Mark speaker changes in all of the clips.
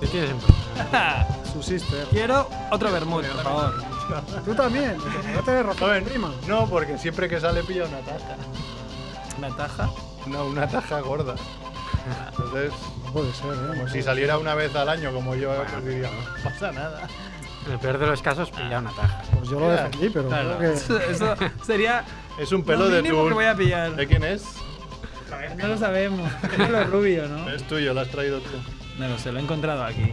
Speaker 1: ¿Qué quieres siempre?
Speaker 2: Su sister.
Speaker 1: Quiero otro vermut, por favor.
Speaker 2: Tú también. No te
Speaker 3: A
Speaker 2: ropa,
Speaker 3: ver,
Speaker 2: prima.
Speaker 3: No, porque siempre que sale pilla una taja.
Speaker 1: ¿Una taja?
Speaker 3: No, una taja gorda. Entonces,
Speaker 2: No puede ser, ¿eh?
Speaker 3: como si saliera una vez al año, como yo, pues diría, no pasa nada.
Speaker 1: En el peor de los casos, pilla una taja.
Speaker 2: Pues yo lo defendí, pero
Speaker 3: Claro.
Speaker 2: creo que...
Speaker 4: Eso, eso sería
Speaker 3: Es un
Speaker 4: lo
Speaker 3: pelo de
Speaker 4: mínimo
Speaker 3: tu.
Speaker 4: que voy a pillar.
Speaker 3: ¿De quién es?
Speaker 4: No lo sabemos. Es pelo rubio, ¿no?
Speaker 3: Es tuyo, lo has traído tú.
Speaker 4: No lo sé, lo he encontrado aquí.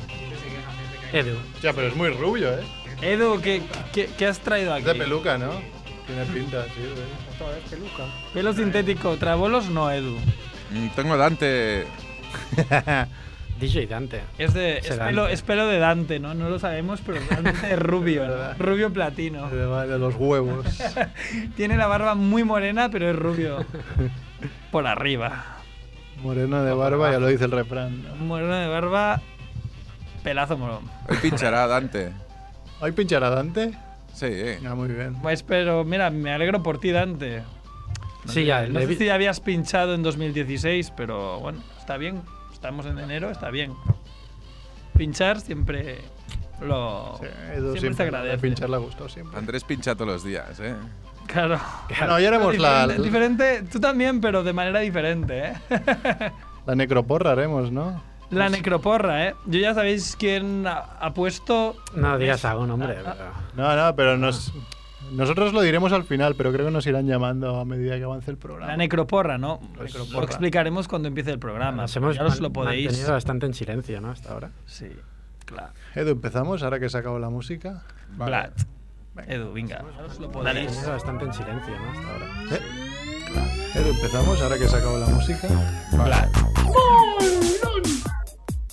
Speaker 1: Edu.
Speaker 3: Ya, pero es muy rubio, ¿eh?
Speaker 4: Edu, ¿qué, qué, qué has traído
Speaker 3: Es
Speaker 4: aquí?
Speaker 3: de peluca, ¿no? Tiene pinta, sí, güey.
Speaker 2: Esto es peluca.
Speaker 4: Pelo sintético, trabolos no, Edu.
Speaker 5: Mm, Tengo a Dante.
Speaker 1: DJ Dante.
Speaker 4: Es, de, es,
Speaker 1: Será.
Speaker 4: pelo, es pelo de Dante, ¿no? No lo sabemos, pero realmente es rubio, ¿no? Rubio platino.
Speaker 3: De, ma- de los huevos.
Speaker 4: Tiene la barba muy morena, pero es rubio. Por arriba.
Speaker 3: Moreno de barba, ya lo dice el refrán. ¿no?
Speaker 4: Morena de barba, pelazo morón.
Speaker 5: Hoy pinchará Dante.
Speaker 3: ¿Hay pinchar a Dante?
Speaker 5: Sí, eh.
Speaker 3: Ah, muy bien.
Speaker 4: Pues, pero mira, me alegro por ti, Dante.
Speaker 1: Sí, ya.
Speaker 4: No
Speaker 1: le
Speaker 4: sé
Speaker 1: vi-
Speaker 4: si ya habías pinchado en 2016, pero bueno, está bien. Estamos en enero, está bien. Pinchar siempre lo.
Speaker 3: Sí, Edu
Speaker 4: siempre se agradece.
Speaker 3: Pinchar le gustó siempre.
Speaker 5: Andrés pincha todos los días, eh.
Speaker 4: Claro.
Speaker 3: Bueno, ayer haremos la,
Speaker 4: Diferente, diferente, tú también, pero de manera diferente, ¿eh?
Speaker 3: la necroporra, haremos, ¿no?
Speaker 4: La necroporra, ¿eh? Yo ya sabéis quién ha, ha puesto.
Speaker 1: No digas a un hombre. pero-
Speaker 3: No, no, pero nos, nosotros lo diremos al final, pero creo que nos irán llamando a medida que avance el programa.
Speaker 4: La
Speaker 3: Pues,
Speaker 4: necroporra, ¿no? Lo
Speaker 3: necroporra.
Speaker 4: explicaremos cuando empiece el programa.
Speaker 1: pues Nos hemos
Speaker 4: ya os lo
Speaker 1: man-
Speaker 4: podéis.
Speaker 1: mantenido bastante en silencio, ¿no? Hasta ahora.
Speaker 4: Sí, claro.
Speaker 3: Edu, empezamos ahora que se acabó la música.
Speaker 4: Blat. Edu, venga. Ya os lo podéis.
Speaker 1: Mantenido bastante en silencio, ¿no? Hasta ahora.
Speaker 3: ¿Eh? Edu, empezamos ahora que se acabó la música.
Speaker 6: ¡Molón!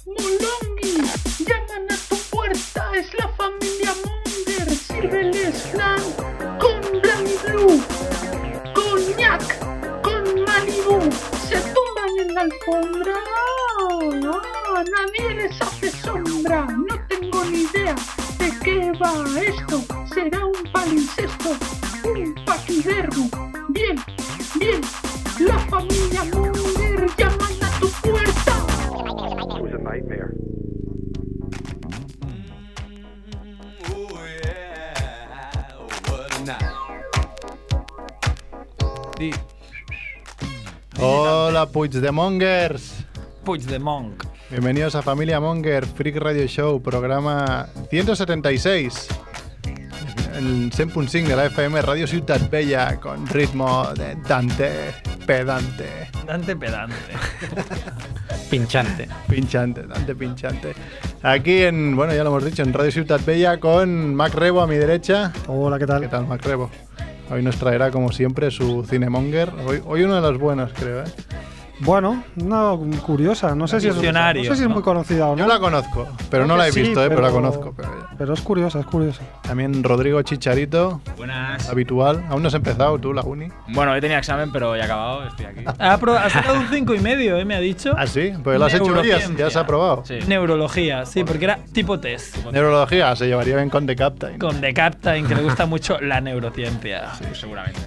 Speaker 6: ¡Molongi! ¡Llaman a tu puerta! ¡Es la familia Munger! ¡Sírveles flan con Blanc Blue! ¡Coñac con Malibu! ¡Se tumban en la alfombra! ¡No! ¡Nadie les hace sombra! ¡No tengo ni idea de qué va esto! ¡Será un palincesto! ¡Un paquidermo! ¡Bien! ¡Bien! ¡La familia Munger llaman a tu puerta!
Speaker 4: Sí.
Speaker 3: Hola, Puigdemongers.
Speaker 4: Puigdemont.
Speaker 3: Bienvenidos a Familia Monger, Freak Radio Show, programa 176. El 100.5 de la FM Radio Ciutat Bella con ritmo de Dante, pedante.
Speaker 4: Dante pedante.
Speaker 1: Pinchante.
Speaker 3: Pinchante, Dante pinchante. Aquí en, bueno, ya lo hemos dicho, en Radio Ciutat Bella con Mac Rebo a mi derecha.
Speaker 2: Hola, ¿qué tal?
Speaker 3: ¿Qué tal, Mac Rebo? Hoy nos traerá, como siempre, su Cinemonger. Hoy, hoy uno de los buenos, creo, ¿eh?
Speaker 2: Bueno, una curiosa. No sé si es, no
Speaker 4: Diccionario,
Speaker 2: sé si es
Speaker 4: ¿no?
Speaker 2: muy conocida o no.
Speaker 3: Yo la conozco, pero no la he
Speaker 2: Sí,
Speaker 3: visto, ¿eh? Pero la conozco. pero ya.
Speaker 2: pero es curiosa, es curiosa.
Speaker 3: También Rodrigo Chicharito,
Speaker 7: Buenas.
Speaker 3: habitual. Aún no has empezado tú, la uni.
Speaker 7: Bueno, hoy tenía examen, pero ya he acabado, estoy aquí.
Speaker 4: Ha apro- ha sacado un 5,5, y medio, ¿eh? Me ha dicho.
Speaker 3: Ah, sí, pues lo has hecho hoy, ya, ya se ha probado.
Speaker 7: Sí.
Speaker 4: Neurología, sí, porque era tipo test.
Speaker 3: Neurología se llevaría bien con The Captain.
Speaker 4: Con The Captain, que le gusta mucho la neurociencia.
Speaker 7: Seguramente.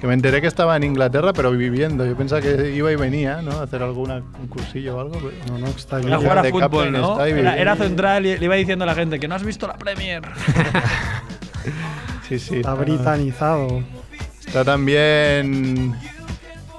Speaker 3: Que me enteré que estaba en Inglaterra, pero viviendo. Yo pensaba que iba y venía, ¿no? A hacer alguna, un cursillo o algo. pero-
Speaker 2: No, no, está
Speaker 4: Era
Speaker 2: bien.
Speaker 4: jugar a
Speaker 3: The
Speaker 4: fútbol,
Speaker 3: Captain
Speaker 4: ¿no?
Speaker 3: está ahí
Speaker 4: Era, era
Speaker 3: viviendo.
Speaker 4: central y le iba diciendo a la gente que no has visto la Premier.
Speaker 3: Sí, sí.
Speaker 2: Está
Speaker 3: está-
Speaker 2: britanizado.
Speaker 3: Está también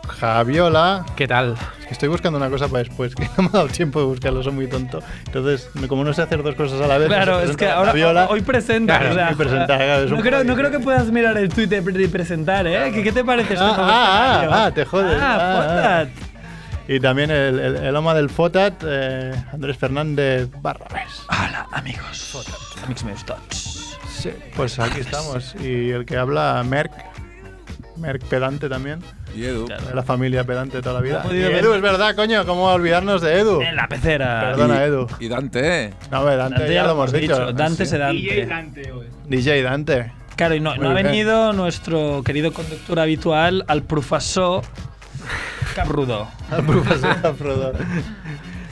Speaker 3: Javiola.
Speaker 1: ¿Qué tal?
Speaker 3: Es que estoy buscando una cosa para después, que no me ha dado tiempo de buscarlo, soy muy tonto. Entonces, me- como no sé hacer dos cosas a la vez,
Speaker 4: Claro,
Speaker 3: pues
Speaker 4: es que
Speaker 3: presento a
Speaker 4: ahora
Speaker 3: Javiola.
Speaker 4: hoy presenta.
Speaker 3: Claro,
Speaker 4: o sea,
Speaker 3: hoy presenta, claro, es
Speaker 4: no,
Speaker 3: un
Speaker 4: creo, no
Speaker 3: poco
Speaker 4: creo que
Speaker 3: difícil.
Speaker 4: puedas mirar el tuit de de presentar, ¿eh? ¿Qué, qué te parece este
Speaker 3: Ah,
Speaker 4: nuevo
Speaker 3: ah,
Speaker 4: escenario?
Speaker 3: ah, te jodes.
Speaker 4: Ah,
Speaker 3: Ah, Y también el, el, el oma del Fotat, eh, Andrés Fernández Barrabés.
Speaker 4: fotat. Hola, amigos. Amigos meus tots.
Speaker 3: Sí, pues aquí estamos. Y el que habla, Merck. Merck Pedante también.
Speaker 5: Y Edu.
Speaker 3: De la familia Pedante de toda la vida.
Speaker 4: No he
Speaker 3: Y
Speaker 4: podido
Speaker 3: Edu,
Speaker 4: ver-
Speaker 3: es verdad, coño, ¿cómo olvidarnos de Edu?
Speaker 4: En la pecera.
Speaker 5: Y-
Speaker 3: Perdona, Edu.
Speaker 5: Y Dante, eh.
Speaker 3: No, hombre, Dante, ya lo hemos dicho.
Speaker 4: Dante se Dante.
Speaker 3: DJ Dante.
Speaker 4: Claro, y no, no
Speaker 3: Muy
Speaker 4: ha
Speaker 3: bien.
Speaker 4: venido nuestro querido conductor habitual, al profesor Cabrudo.
Speaker 3: Al profesor Frodo.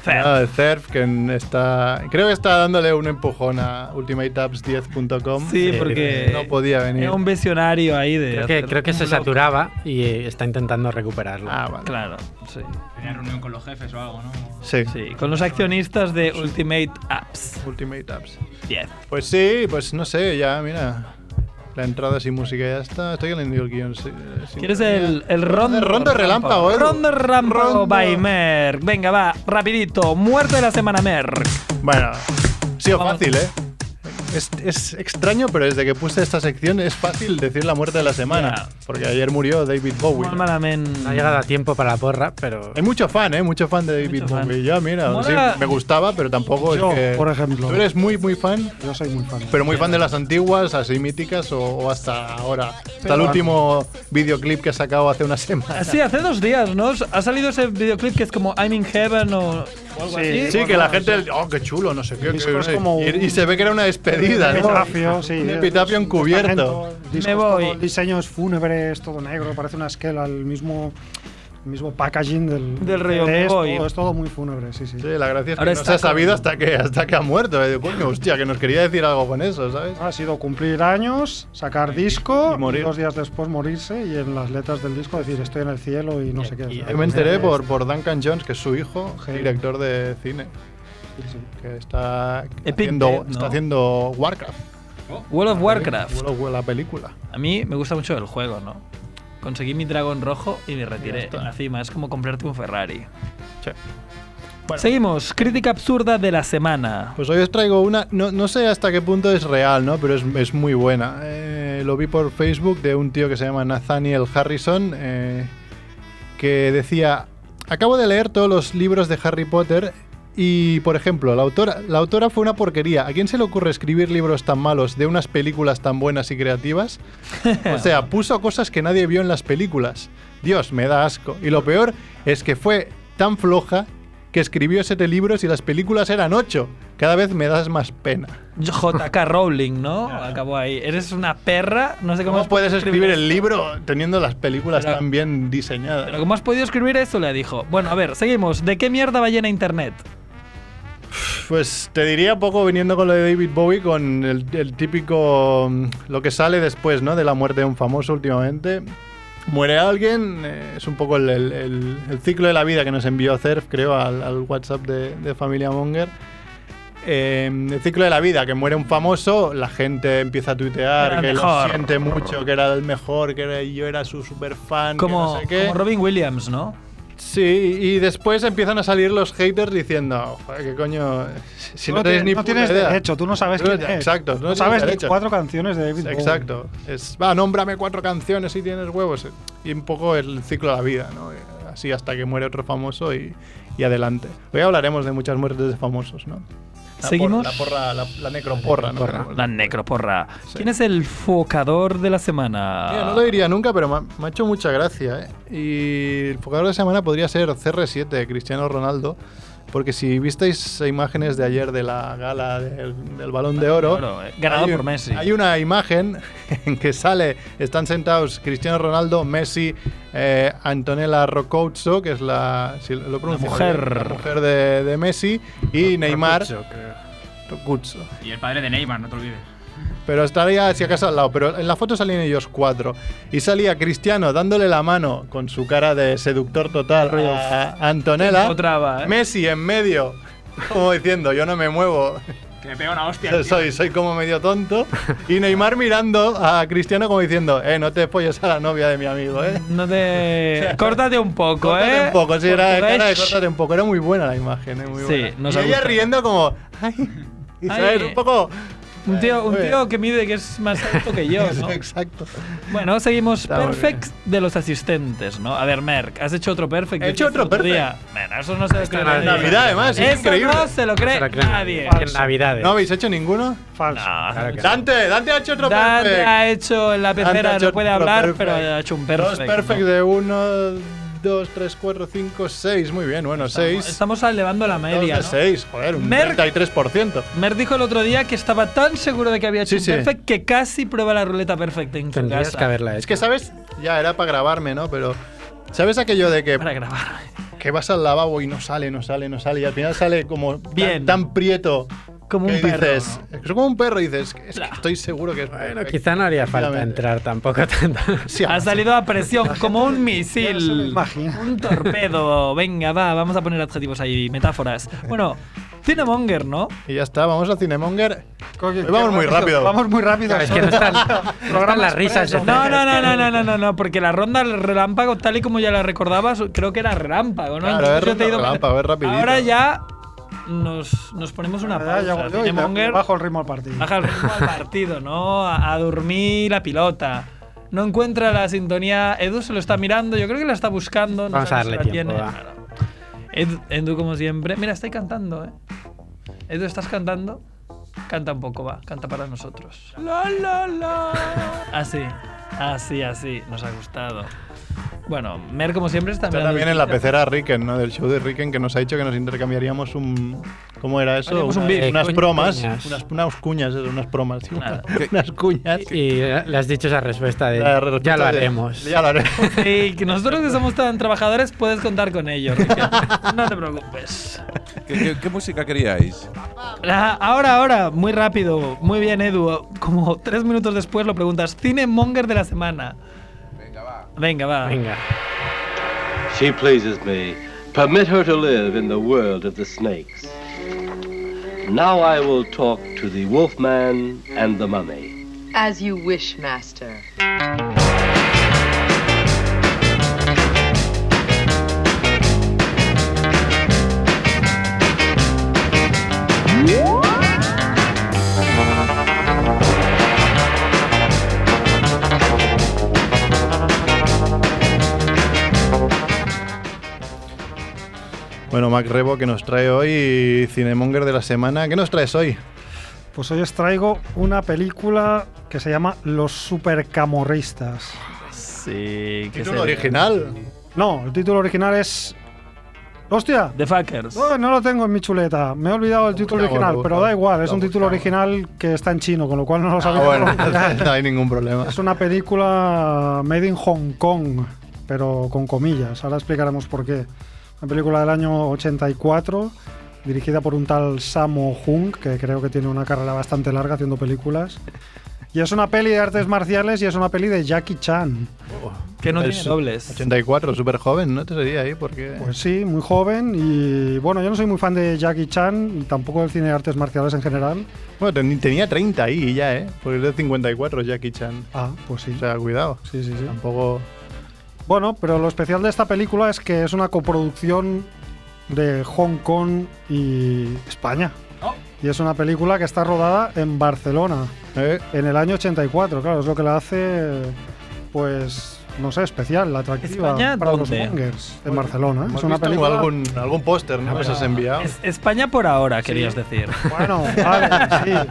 Speaker 4: Cerf.
Speaker 3: Ah, de Cerf, que en- está. Creo que está dándole un empujón a ultimateapps10.com.
Speaker 4: Sí,
Speaker 1: Sí,
Speaker 4: porque
Speaker 3: No podía venir.
Speaker 4: era un visionario ahí de.
Speaker 1: Creo que,
Speaker 4: hacer
Speaker 1: creo que
Speaker 4: un
Speaker 1: se
Speaker 4: blog.
Speaker 1: saturaba y eh, está intentando recuperarlo.
Speaker 3: Ah, vale.
Speaker 4: Claro, sí.
Speaker 7: Tenía reunión con los jefes o algo, ¿no?
Speaker 3: Sí.
Speaker 4: Sí, con los accionistas de Ultimate Apps
Speaker 3: Ultimate Apps.
Speaker 4: 10.
Speaker 3: Pues sí, pues no sé, ya, mira. La entrada sin música ya está. Estoy leyendo el guión. sí, eh, sin
Speaker 4: ¿Quieres
Speaker 3: guión.
Speaker 4: el, el rondo,
Speaker 3: Rondo relámpago, Edu.
Speaker 4: Rondo relámpago
Speaker 3: Rondo.
Speaker 4: by Merck. Venga, va, rapidito. Muerto de la semana, Merck.
Speaker 3: Bueno, ha sido
Speaker 4: Vamos.
Speaker 3: fácil, ¿eh? Es, es extraño, pero desde que puse esta sección es fácil decir la muerte de la semana.
Speaker 4: Ya.
Speaker 3: Porque ayer murió David Bowie.
Speaker 4: Juan Malamen.
Speaker 1: No ha llegado a tiempo para la porra, pero
Speaker 3: Hay mucho fan, ¿eh? Mucho fan de David
Speaker 4: Mucho fan.
Speaker 3: Bowie. Ya, mira, sí,
Speaker 4: Mola-
Speaker 3: me gustaba, pero tampoco
Speaker 2: Yo,
Speaker 3: es que...
Speaker 2: por ejemplo.
Speaker 3: Tú eres muy, muy fan,
Speaker 2: Yo soy muy fan.
Speaker 3: pero muy fan de las antiguas, así míticas, o, o hasta ahora. Hasta el
Speaker 2: Pero-
Speaker 3: último videoclip que ha sacado hace una semana.
Speaker 4: Sí, hace dos días, ¿no? Ha salido ese videoclip que es como I'm in Heaven o, o algo así.
Speaker 3: Sí, que la gente, oh, qué chulo, no sé qué.
Speaker 2: El disco
Speaker 3: qué-
Speaker 2: es como
Speaker 3: y,
Speaker 2: un-
Speaker 3: y se ve que era una despedida,
Speaker 2: Un
Speaker 3: ¿no?
Speaker 2: epitafio, sí.
Speaker 3: Un epitafio encubierto.
Speaker 2: Testamento, discos,
Speaker 4: Me voy.
Speaker 2: todo- diseños fúnebres, todo negro, parece una esquela, el mismo, el mismo packaging del,
Speaker 4: Del rey, me
Speaker 2: es,
Speaker 4: voy.
Speaker 2: todo- es todo muy fúnebre, sí, sí.
Speaker 3: Sí, la gracia es que
Speaker 4: Ahora
Speaker 3: no
Speaker 4: está
Speaker 3: se ha sabido
Speaker 4: con-
Speaker 3: hasta que, hasta que ha muerto. ¿eh? Coño, hostia, que nos quería decir algo con eso, ¿sabes?
Speaker 2: Ha sido cumplir años, sacar disco,
Speaker 3: Y morir.
Speaker 2: dos días después morirse y en las letras del disco decir estoy en el cielo y no
Speaker 1: Y
Speaker 2: sé qué.
Speaker 1: aquí-
Speaker 2: ¿sabes?
Speaker 3: Yo me enteré por, por Duncan Jones, que es su hijo,
Speaker 2: Sí.
Speaker 3: director de cine,
Speaker 2: Sí, sí.
Speaker 3: que está
Speaker 4: Epic
Speaker 3: haciendo,
Speaker 4: Dead, ¿no?
Speaker 3: está haciendo Warcraft.
Speaker 4: World of Warcraft.
Speaker 3: Huele- huele a La película.
Speaker 4: A mí me gusta mucho el juego, ¿no? Conseguí mi dragón rojo y me retiré en la cima. Es como comprarte un Ferrari.
Speaker 3: Bueno.
Speaker 4: Seguimos. Crítica absurda de la semana.
Speaker 3: Pues hoy os traigo una, no, no sé hasta qué punto es real, ¿no? Pero es, es muy buena. Eh, lo vi por Facebook de un tío que se llama Nathaniel Harrison, eh, que decía, acabo de leer todos los libros de Harry Potter y, por ejemplo, la autora, la autora fue una porquería. ¿A quién se le ocurre escribir libros tan malos de unas películas tan buenas y creativas? O sea, puso cosas que nadie vio en las películas. Dios, me da asco. Y lo peor es que fue tan floja que escribió siete libros y las películas eran ocho. Cada vez me das más pena.
Speaker 4: JK Rowling, ¿no? Acabó ahí. Eres una perra. No sé cómo,
Speaker 3: ¿Cómo
Speaker 4: has
Speaker 3: puedes
Speaker 4: podido
Speaker 3: escribir el
Speaker 4: esto?
Speaker 3: libro teniendo las películas
Speaker 4: Pero-
Speaker 3: tan bien diseñadas?
Speaker 4: Pero ¿cómo has podido escribir eso? Le dijo. Bueno, a ver, seguimos. ¿De qué mierda va llena internet?
Speaker 3: Pues te diría poco viniendo con lo de David Bowie, con el, el típico. mm, lo que sale después, ¿no? De la muerte de un famoso últimamente. Muere alguien, eh, es un poco el, el- el- el ciclo de la vida que nos envió Cerf, creo, al, al WhatsApp de, de Familia Monger. Eh, el ciclo de la vida, que muere un famoso, la gente empieza a tuitear
Speaker 4: Era el
Speaker 3: que
Speaker 4: mejor.
Speaker 3: lo siente mucho, que era el mejor, que era- yo era su super fan,
Speaker 4: Como,
Speaker 3: no sé qué.
Speaker 4: como Robin Williams, ¿no?
Speaker 3: Sí, y después empiezan a salir los haters diciendo, "Joder, ¿qué coño? Si no,
Speaker 2: no,
Speaker 3: tenéis
Speaker 2: te-
Speaker 3: ni
Speaker 2: no
Speaker 3: puta
Speaker 2: tienes
Speaker 3: idea".
Speaker 2: derecho, tú no sabes quién es.
Speaker 3: Exacto, no
Speaker 2: no,
Speaker 3: tienes
Speaker 2: sabes ni
Speaker 3: derecho.
Speaker 2: cuatro canciones de David Bowie.
Speaker 3: Exacto. Es, va, nómbrame cuatro canciones si tienes huevos. Y un poco el ciclo de la vida, ¿no? Así hasta que muere otro famoso y, y adelante. Hoy hablaremos de muchas muertes de famosos, ¿no? La
Speaker 4: Seguimos.
Speaker 3: por- la, porra, la, la necroporra, ¿no?
Speaker 4: La necroporra. ¿Quién es el focador de la semana?
Speaker 3: Mira, Ah, no lo diría nunca, pero me ha, me ha hecho mucha gracia. ¿eh? Y el jugador de la semana podría ser CR7, de Cristiano Ronaldo. Porque si visteis imágenes de ayer de la gala del, del Balón de Oro,
Speaker 4: Claro, eh, ganado
Speaker 3: hay un-
Speaker 4: por Messi.
Speaker 3: Hay una imagen en que sale, están sentados Cristiano Ronaldo, Messi, eh, Antonella Rocozzo, que es la, si lo he pronunciado
Speaker 4: mujer.
Speaker 3: bien, la mujer de, de Messi, y Neymar
Speaker 1: Yo creo.
Speaker 3: Rocuzzo.
Speaker 7: Eh, Y el padre de Neymar, no te olvides.
Speaker 3: Pero estaría si acaso al lado. Pero en la foto salían ellos cuatro. Y salía Cristiano dándole la mano con su cara de seductor total a Antonella.
Speaker 4: Otraba, ¿eh?
Speaker 3: Messi en medio, como diciendo, yo no me muevo,
Speaker 7: Que me pega una hostia. tío.
Speaker 3: soy, soy como medio tonto. Y Neymar mirando a Cristiano como diciendo, eh, no te folles a la novia de mi amigo, eh.
Speaker 4: No te. Córtate un poco,
Speaker 3: Córtate
Speaker 4: ¿eh?
Speaker 3: un poco, sí,
Speaker 4: Porque
Speaker 3: era, cara de
Speaker 4: vais-
Speaker 3: córtate un poco. Era muy buena la imagen, eh, muy
Speaker 4: Sí,
Speaker 3: buena.
Speaker 4: nos
Speaker 3: y
Speaker 4: ha
Speaker 3: ella
Speaker 4: gustado.
Speaker 3: riendo como, ay, y ¿sabes?
Speaker 4: Ay.
Speaker 3: un poco...
Speaker 4: Un tío, un
Speaker 3: Muy
Speaker 4: tío
Speaker 3: bien.
Speaker 4: que mide que es más alto que yo, ¿no?
Speaker 3: Exacto.
Speaker 4: Bueno, seguimos.
Speaker 3: Está muy
Speaker 4: perfect de los asistentes, ¿no? A ver, Merck, has hecho otro perfect.
Speaker 3: He
Speaker 4: Yo
Speaker 3: hecho
Speaker 4: hice el
Speaker 3: otro perfect. Este
Speaker 4: día. Bueno, eso no se lo cree
Speaker 1: en la
Speaker 4: nadie.
Speaker 3: Navidad, además, es
Speaker 4: Eso
Speaker 3: increíble.
Speaker 4: no se lo cree
Speaker 1: Se la creen.
Speaker 4: nadie.
Speaker 1: En Navidades.
Speaker 3: ¿No habéis hecho ninguno?
Speaker 2: Falso.
Speaker 1: Claro que no.
Speaker 3: Dante, Dante ha hecho otro
Speaker 4: Dante
Speaker 3: perfect.
Speaker 4: ha hecho en la
Speaker 3: Dante ha
Speaker 4: pecera,
Speaker 3: hecho
Speaker 4: no puede
Speaker 3: otro
Speaker 4: hablar,
Speaker 3: perfect.
Speaker 4: pero ha hecho un
Speaker 3: Dos
Speaker 4: perfect.
Speaker 3: perfect
Speaker 4: ¿no?
Speaker 3: de uno, dos, tres, cuatro, cinco, seis. Muy bien, bueno,
Speaker 4: Estamos,
Speaker 3: seis.
Speaker 4: estamos elevando la
Speaker 3: Dos de
Speaker 4: media, ¿no?
Speaker 3: seis, joder, un
Speaker 4: Merck.
Speaker 3: 33%.
Speaker 4: Merck dijo el otro día que estaba tan seguro de que había hecho
Speaker 3: Sí,
Speaker 4: un
Speaker 3: sí.
Speaker 4: perfect que casi prueba la ruleta perfecta en su
Speaker 1: Tendrías
Speaker 4: casa.
Speaker 1: que haberla hecho.
Speaker 3: Es que, ¿sabes? Ya era para grabarme, ¿no? Pero, ¿sabes aquello de que
Speaker 4: Para grabar.
Speaker 3: que vas al lavabo y no sale, no sale, no sale, y al final sale como tan-
Speaker 4: Bien.
Speaker 3: Tan, prieto.
Speaker 4: Como
Speaker 3: que
Speaker 4: un perro,
Speaker 3: dices, es como un perro, y dices, es que estoy seguro que es
Speaker 1: Bueno, quizá no haría falta
Speaker 3: Efectivamente.
Speaker 1: entrar tampoco tanto.
Speaker 3: Sí,
Speaker 4: Ha salido a presión, como un
Speaker 2: Ya se lo
Speaker 4: misil.
Speaker 2: imagina.
Speaker 4: Un torpedo. Venga, va, vamos a poner adjetivos ahí, metáforas. Bueno, Cinemonger, ¿no?
Speaker 3: Y ya está, vamos a Cinemonger.
Speaker 2: Coño,
Speaker 3: Hoy vamos
Speaker 2: qué
Speaker 3: muy
Speaker 2: rápido,
Speaker 3: rápido.
Speaker 2: Vamos muy rápido.
Speaker 1: Es que no están, no están las risas.
Speaker 2: presos,
Speaker 4: No, no, no, no, no, no, no, no, porque la ronda del relámpago, tal y como ya la recordabas, creo que era relámpago, ¿no?
Speaker 3: Claro,
Speaker 4: Entonces
Speaker 3: es
Speaker 4: yo te he ido-
Speaker 3: relámpago, es rapidito.
Speaker 4: Ahora ya nos, nos ponemos una
Speaker 2: Ya llego
Speaker 4: pausa.
Speaker 2: yo y te-
Speaker 4: Cinemonger,
Speaker 2: bajo el ritmo al partido.
Speaker 4: baja el ritmo al partido, ¿no? A, a dormir la pilota. No encuentra la sintonía. Edu se lo está mirando, yo creo que la está buscando. no
Speaker 1: Vamos a
Speaker 4: sabe si
Speaker 1: darle
Speaker 4: la
Speaker 1: tiempo, va.
Speaker 4: Claro. Edu, Edu, como siempre. Mira, estoy cantando, ¿eh? Edu, ¿estás cantando? Canta un poco, va. Canta para nosotros. La, la, la. Así, así, así. Nos ha gustado. Bueno, Mer, como siempre, está
Speaker 3: Está
Speaker 4: mirando
Speaker 3: también
Speaker 4: el
Speaker 3: en la
Speaker 4: Twitter.
Speaker 3: pecera Ricken, ¿no? Del show de Ricken que nos ha dicho que nos intercambiaríamos un. ¿Cómo era eso?
Speaker 4: Haríamos un
Speaker 3: Unas-
Speaker 4: beat.
Speaker 3: unas
Speaker 1: Eh,
Speaker 3: bromas.
Speaker 1: cuñas.
Speaker 3: Unas, unas cuñas, eso, unas bromas. sí, una-
Speaker 4: Nada.
Speaker 3: unas cuñas.
Speaker 1: Y eh, le has dicho esa respuesta de
Speaker 3: La respuesta
Speaker 1: ya lo
Speaker 3: de-
Speaker 1: haremos.
Speaker 3: Ya lo haremos.
Speaker 4: Sí, que nosotros que somos tan trabajadores puedes contar con ello. Riquel. No te preocupes.
Speaker 5: ¿Qué, qué- qué música queríais?
Speaker 4: Ah, Ahora, ahora, muy rápido. Muy bien, Edu. Como tres minutos después lo preguntas. Cine Monger de la semana. Venga, va. Venga, va.
Speaker 1: Venga.
Speaker 8: She pleases me. Permit her to live in the world of the snakes. Now I will talk to the wolfman and the mummy.
Speaker 9: As you wish, master.
Speaker 3: Bueno, Mac Rebo, que nos trae hoy Cinemonger de la semana. ¿Qué nos traes hoy?
Speaker 2: Pues hoy os traigo una película que se llama Los Supercamorristas.
Speaker 4: Sí, que
Speaker 3: Título original.
Speaker 2: No, el título original es. ¡Hostia!
Speaker 4: The Fuckers.
Speaker 2: Oh, no lo tengo en mi chuleta. Me he olvidado el título
Speaker 3: buscamos,
Speaker 2: original,
Speaker 3: lo
Speaker 2: pero
Speaker 3: buscamos,
Speaker 2: da igual. Es
Speaker 3: lo
Speaker 2: un título
Speaker 3: buscamos.
Speaker 2: original que está en chino, con lo cual no lo
Speaker 3: Ah,
Speaker 2: sabemos.
Speaker 3: bueno, no hay ningún problema.
Speaker 2: Es una película made in Hong Kong, pero con comillas. Ahora explicaremos por qué. Una película del año 84, dirigida por un tal Sammo Hung, que creo que tiene una carrera bastante larga haciendo películas. Y es una peli de artes marciales y es una peli de Jackie Chan.
Speaker 4: Que no
Speaker 3: El
Speaker 4: tiene
Speaker 3: su-
Speaker 4: dobles.
Speaker 3: 84, súper joven, ¿no? Te sería ahí porque...
Speaker 2: Pues sí, muy joven y bueno, yo no soy muy fan de Jackie Chan y tampoco del cine de artes marciales en general.
Speaker 3: Bueno, ten- tenía 30 ahí ya, ¿eh? Porque es de 54 Jackie Chan.
Speaker 2: Ah, pues sí.
Speaker 3: O sea, cuidado.
Speaker 2: Sí, sí, sí.
Speaker 3: Tampoco...
Speaker 2: Bueno, pero lo especial de esta película es que es una coproducción de Hong Kong y España.
Speaker 7: Oh.
Speaker 2: Y es una película que está rodada en Barcelona
Speaker 3: ¿eh?
Speaker 2: en el año 84, claro, es lo que la hace, pues, no sé, especial, atractiva
Speaker 4: ¿España
Speaker 2: para
Speaker 4: dónde?
Speaker 2: los mongers en Barcelona. ¿eh?
Speaker 3: ¿Hemos
Speaker 2: Es una
Speaker 3: visto
Speaker 2: película. Ah,
Speaker 3: Algún, algún póster, ¿no? Nos has enviado.
Speaker 4: Es- España por ahora, querías decir.
Speaker 2: Bueno, vale, sí. De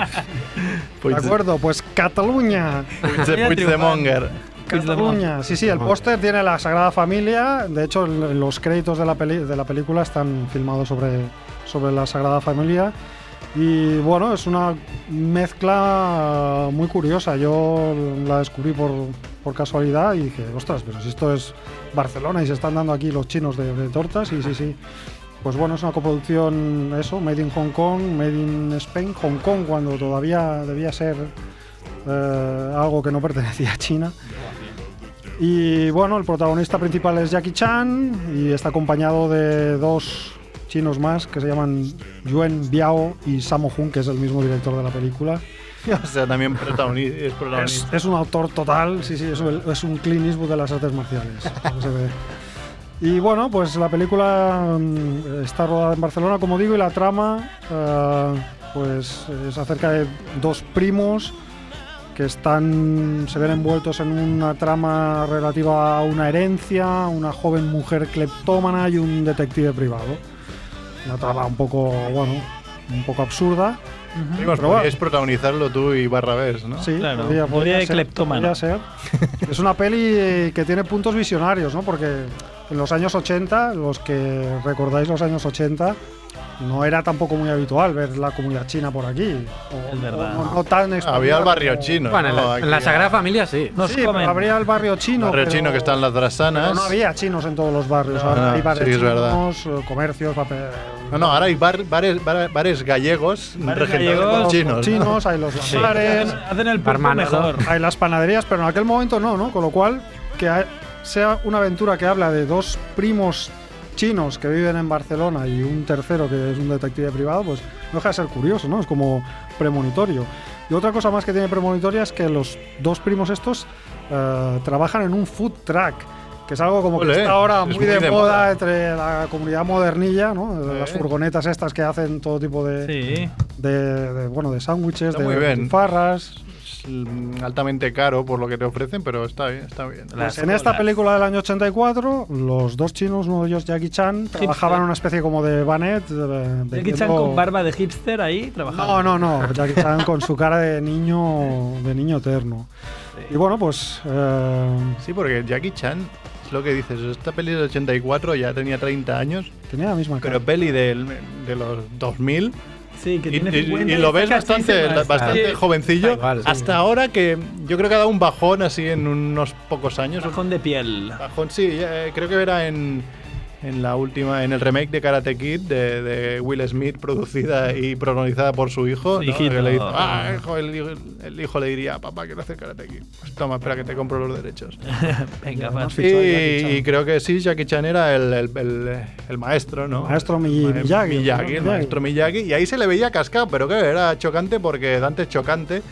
Speaker 3: Puig-
Speaker 2: acuerdo, pues Cataluña.
Speaker 4: Pues
Speaker 3: Puig de- Puig de Monger.
Speaker 2: Cataluña, sí, sí, el póster tiene la Sagrada Familia. De hecho, el- los créditos de la, peli- de la película están filmados sobre, sobre la Sagrada Familia. Y bueno, es una mezcla muy curiosa. Yo la descubrí por, por casualidad y dije, ostras, pero si esto es Barcelona y se están dando aquí los chinos de, de tortas, y sí, sí. Pues bueno, es una coproducción, eso, Made in Hong Kong, Made in Spain, Hong Kong, cuando todavía debía ser eh, algo que no pertenecía a China. Y bueno, el protagonista principal es Jackie Chan y está acompañado de dos chinos más que se llaman Yuen Biao y Sammo Hung, que es el mismo director de la película.
Speaker 3: O sea, también protagoni- es
Speaker 2: Es,
Speaker 3: protagonista.
Speaker 2: es un autor total, sí, sí, es un, es un Clint Eastwood de las artes marciales. eso se ve. Y bueno, pues la película mm, está rodada en Barcelona, como digo, y la trama eh, pues es acerca de dos primos que están se ven envueltos en una trama relativa a una herencia, una joven mujer cleptómana y un detective privado. Una trama un poco, bueno, un poco absurda.
Speaker 3: Primos,
Speaker 2: Pero bueno.
Speaker 3: podríais protagonizarlo tú y Barrabés, ¿no?
Speaker 2: Sí,
Speaker 4: Claro,
Speaker 2: podría,
Speaker 4: podría
Speaker 2: podría
Speaker 4: de
Speaker 2: ser,
Speaker 4: cleptómano.
Speaker 2: podría ser. Es una peli que tiene puntos visionarios, ¿no? Porque en los años 80, los que recordáis los años 80, no era tampoco muy habitual ver la comunidad china por aquí. O,
Speaker 4: Es verdad.
Speaker 2: o no, no tan
Speaker 3: Había
Speaker 2: extendida
Speaker 3: el barrio
Speaker 2: como-
Speaker 3: chino.
Speaker 1: Bueno, en
Speaker 3: ¿no?
Speaker 1: la, en
Speaker 3: Aquí ah.
Speaker 1: la
Speaker 3: a-
Speaker 1: Sagrada Familia sí.
Speaker 4: Nos
Speaker 2: sí,
Speaker 4: comen.
Speaker 2: pero habría el barrio chino.
Speaker 3: barrio
Speaker 2: pero-
Speaker 3: chino que está en las
Speaker 2: pero
Speaker 3: drasanas.
Speaker 2: No había chinos en todos los barrios.
Speaker 3: No,
Speaker 2: ahora hay
Speaker 3: no,
Speaker 2: barrios
Speaker 3: Ah, sí, es verdad.
Speaker 2: chinos, eh, comercios, papel.
Speaker 3: No, no, ahora hay bar- bares, bar- bares gallegos
Speaker 4: Bares
Speaker 3: regentados por
Speaker 4: gallegos,
Speaker 3: chinos. ¿no?
Speaker 2: chinos, hay los
Speaker 1: Sí.
Speaker 2: bares,
Speaker 4: Hacen el pulpo
Speaker 1: Barmanejo.
Speaker 4: mejor.
Speaker 2: hay las panaderías, pero en aquel momento no, ¿no? Con lo cual, que ha- sea una aventura que habla de dos primos chinos que viven en Barcelona y un tercero que es un detective privado, pues no deja de ser curioso, ¿no? Es como premonitorio. Y otra cosa más que tiene premonitoria es que los dos primos estos eh, trabajan en un food truck, que es algo como
Speaker 3: Ole,
Speaker 2: que está ahora
Speaker 3: es
Speaker 2: muy,
Speaker 3: muy
Speaker 2: de,
Speaker 3: de
Speaker 2: moda,
Speaker 3: moda.
Speaker 2: entre la comunidad modernilla, ¿no? Las
Speaker 3: Sí.
Speaker 2: furgonetas estas que hacen todo tipo de,
Speaker 4: Sí.
Speaker 2: de, de, bueno, de sándwiches,
Speaker 3: Está
Speaker 2: de
Speaker 3: muy bien.
Speaker 2: este, farras.
Speaker 3: Es mm, altamente caro por lo que te ofrecen, pero está bien, está bien.
Speaker 4: Las
Speaker 2: Pues en esta
Speaker 4: bolas.
Speaker 2: película del año 84, los dos chinos, uno de ellos Jackie Chan, trabajaban en una especie como de banet. eh,
Speaker 4: Jackie
Speaker 2: vendiendo-
Speaker 4: Chan con barba de hipster ahí trabajando.
Speaker 2: No, no, no. Jackie Chan con su cara de niño, de niño eterno. Y bueno, pues. eh,
Speaker 3: Sí, porque Jackie Chan, es lo que dices, esta peli del 84 ya tenía 30 años,
Speaker 2: tenía la misma cara.
Speaker 3: pero peli del, de los 2000
Speaker 4: Sí, que
Speaker 3: y,
Speaker 4: tiene
Speaker 3: y-
Speaker 4: 50
Speaker 3: y lo ves
Speaker 4: está
Speaker 3: bastante,
Speaker 4: cachísima.
Speaker 3: bastante
Speaker 4: Sí.
Speaker 3: jovencillo.
Speaker 1: Está igual, sí.
Speaker 3: hasta ahora que yo creo que ha dado un bajón así en unos pocos años. un
Speaker 4: Bajón de piel.
Speaker 3: Bajón, sí, eh, creo que era en, en la última, en el remake de Karate Kid de, de Will Smith, producida y protagonizada por su hijo.
Speaker 4: Su
Speaker 3: ¿no?
Speaker 4: hijito.
Speaker 3: Que le dice, "Ah, hijo", el, hijo- el hijo le diría, papá, quiero hacer Karate Kid. Pues toma, espera que te compro los derechos.
Speaker 4: Venga,
Speaker 2: Ya,
Speaker 4: va.
Speaker 2: no
Speaker 3: Y,
Speaker 2: sé. Fichó a Jackie Chan.
Speaker 3: y creo que sí, Jackie Chan era el, el- el- el maestro, ¿no?
Speaker 2: Maestro Mi-
Speaker 3: Ma-
Speaker 2: Miyagi, ¿no?
Speaker 3: el maestro Miyagi. Y ahí se le veía cascado, pero que era chocante porque Dante es chocante,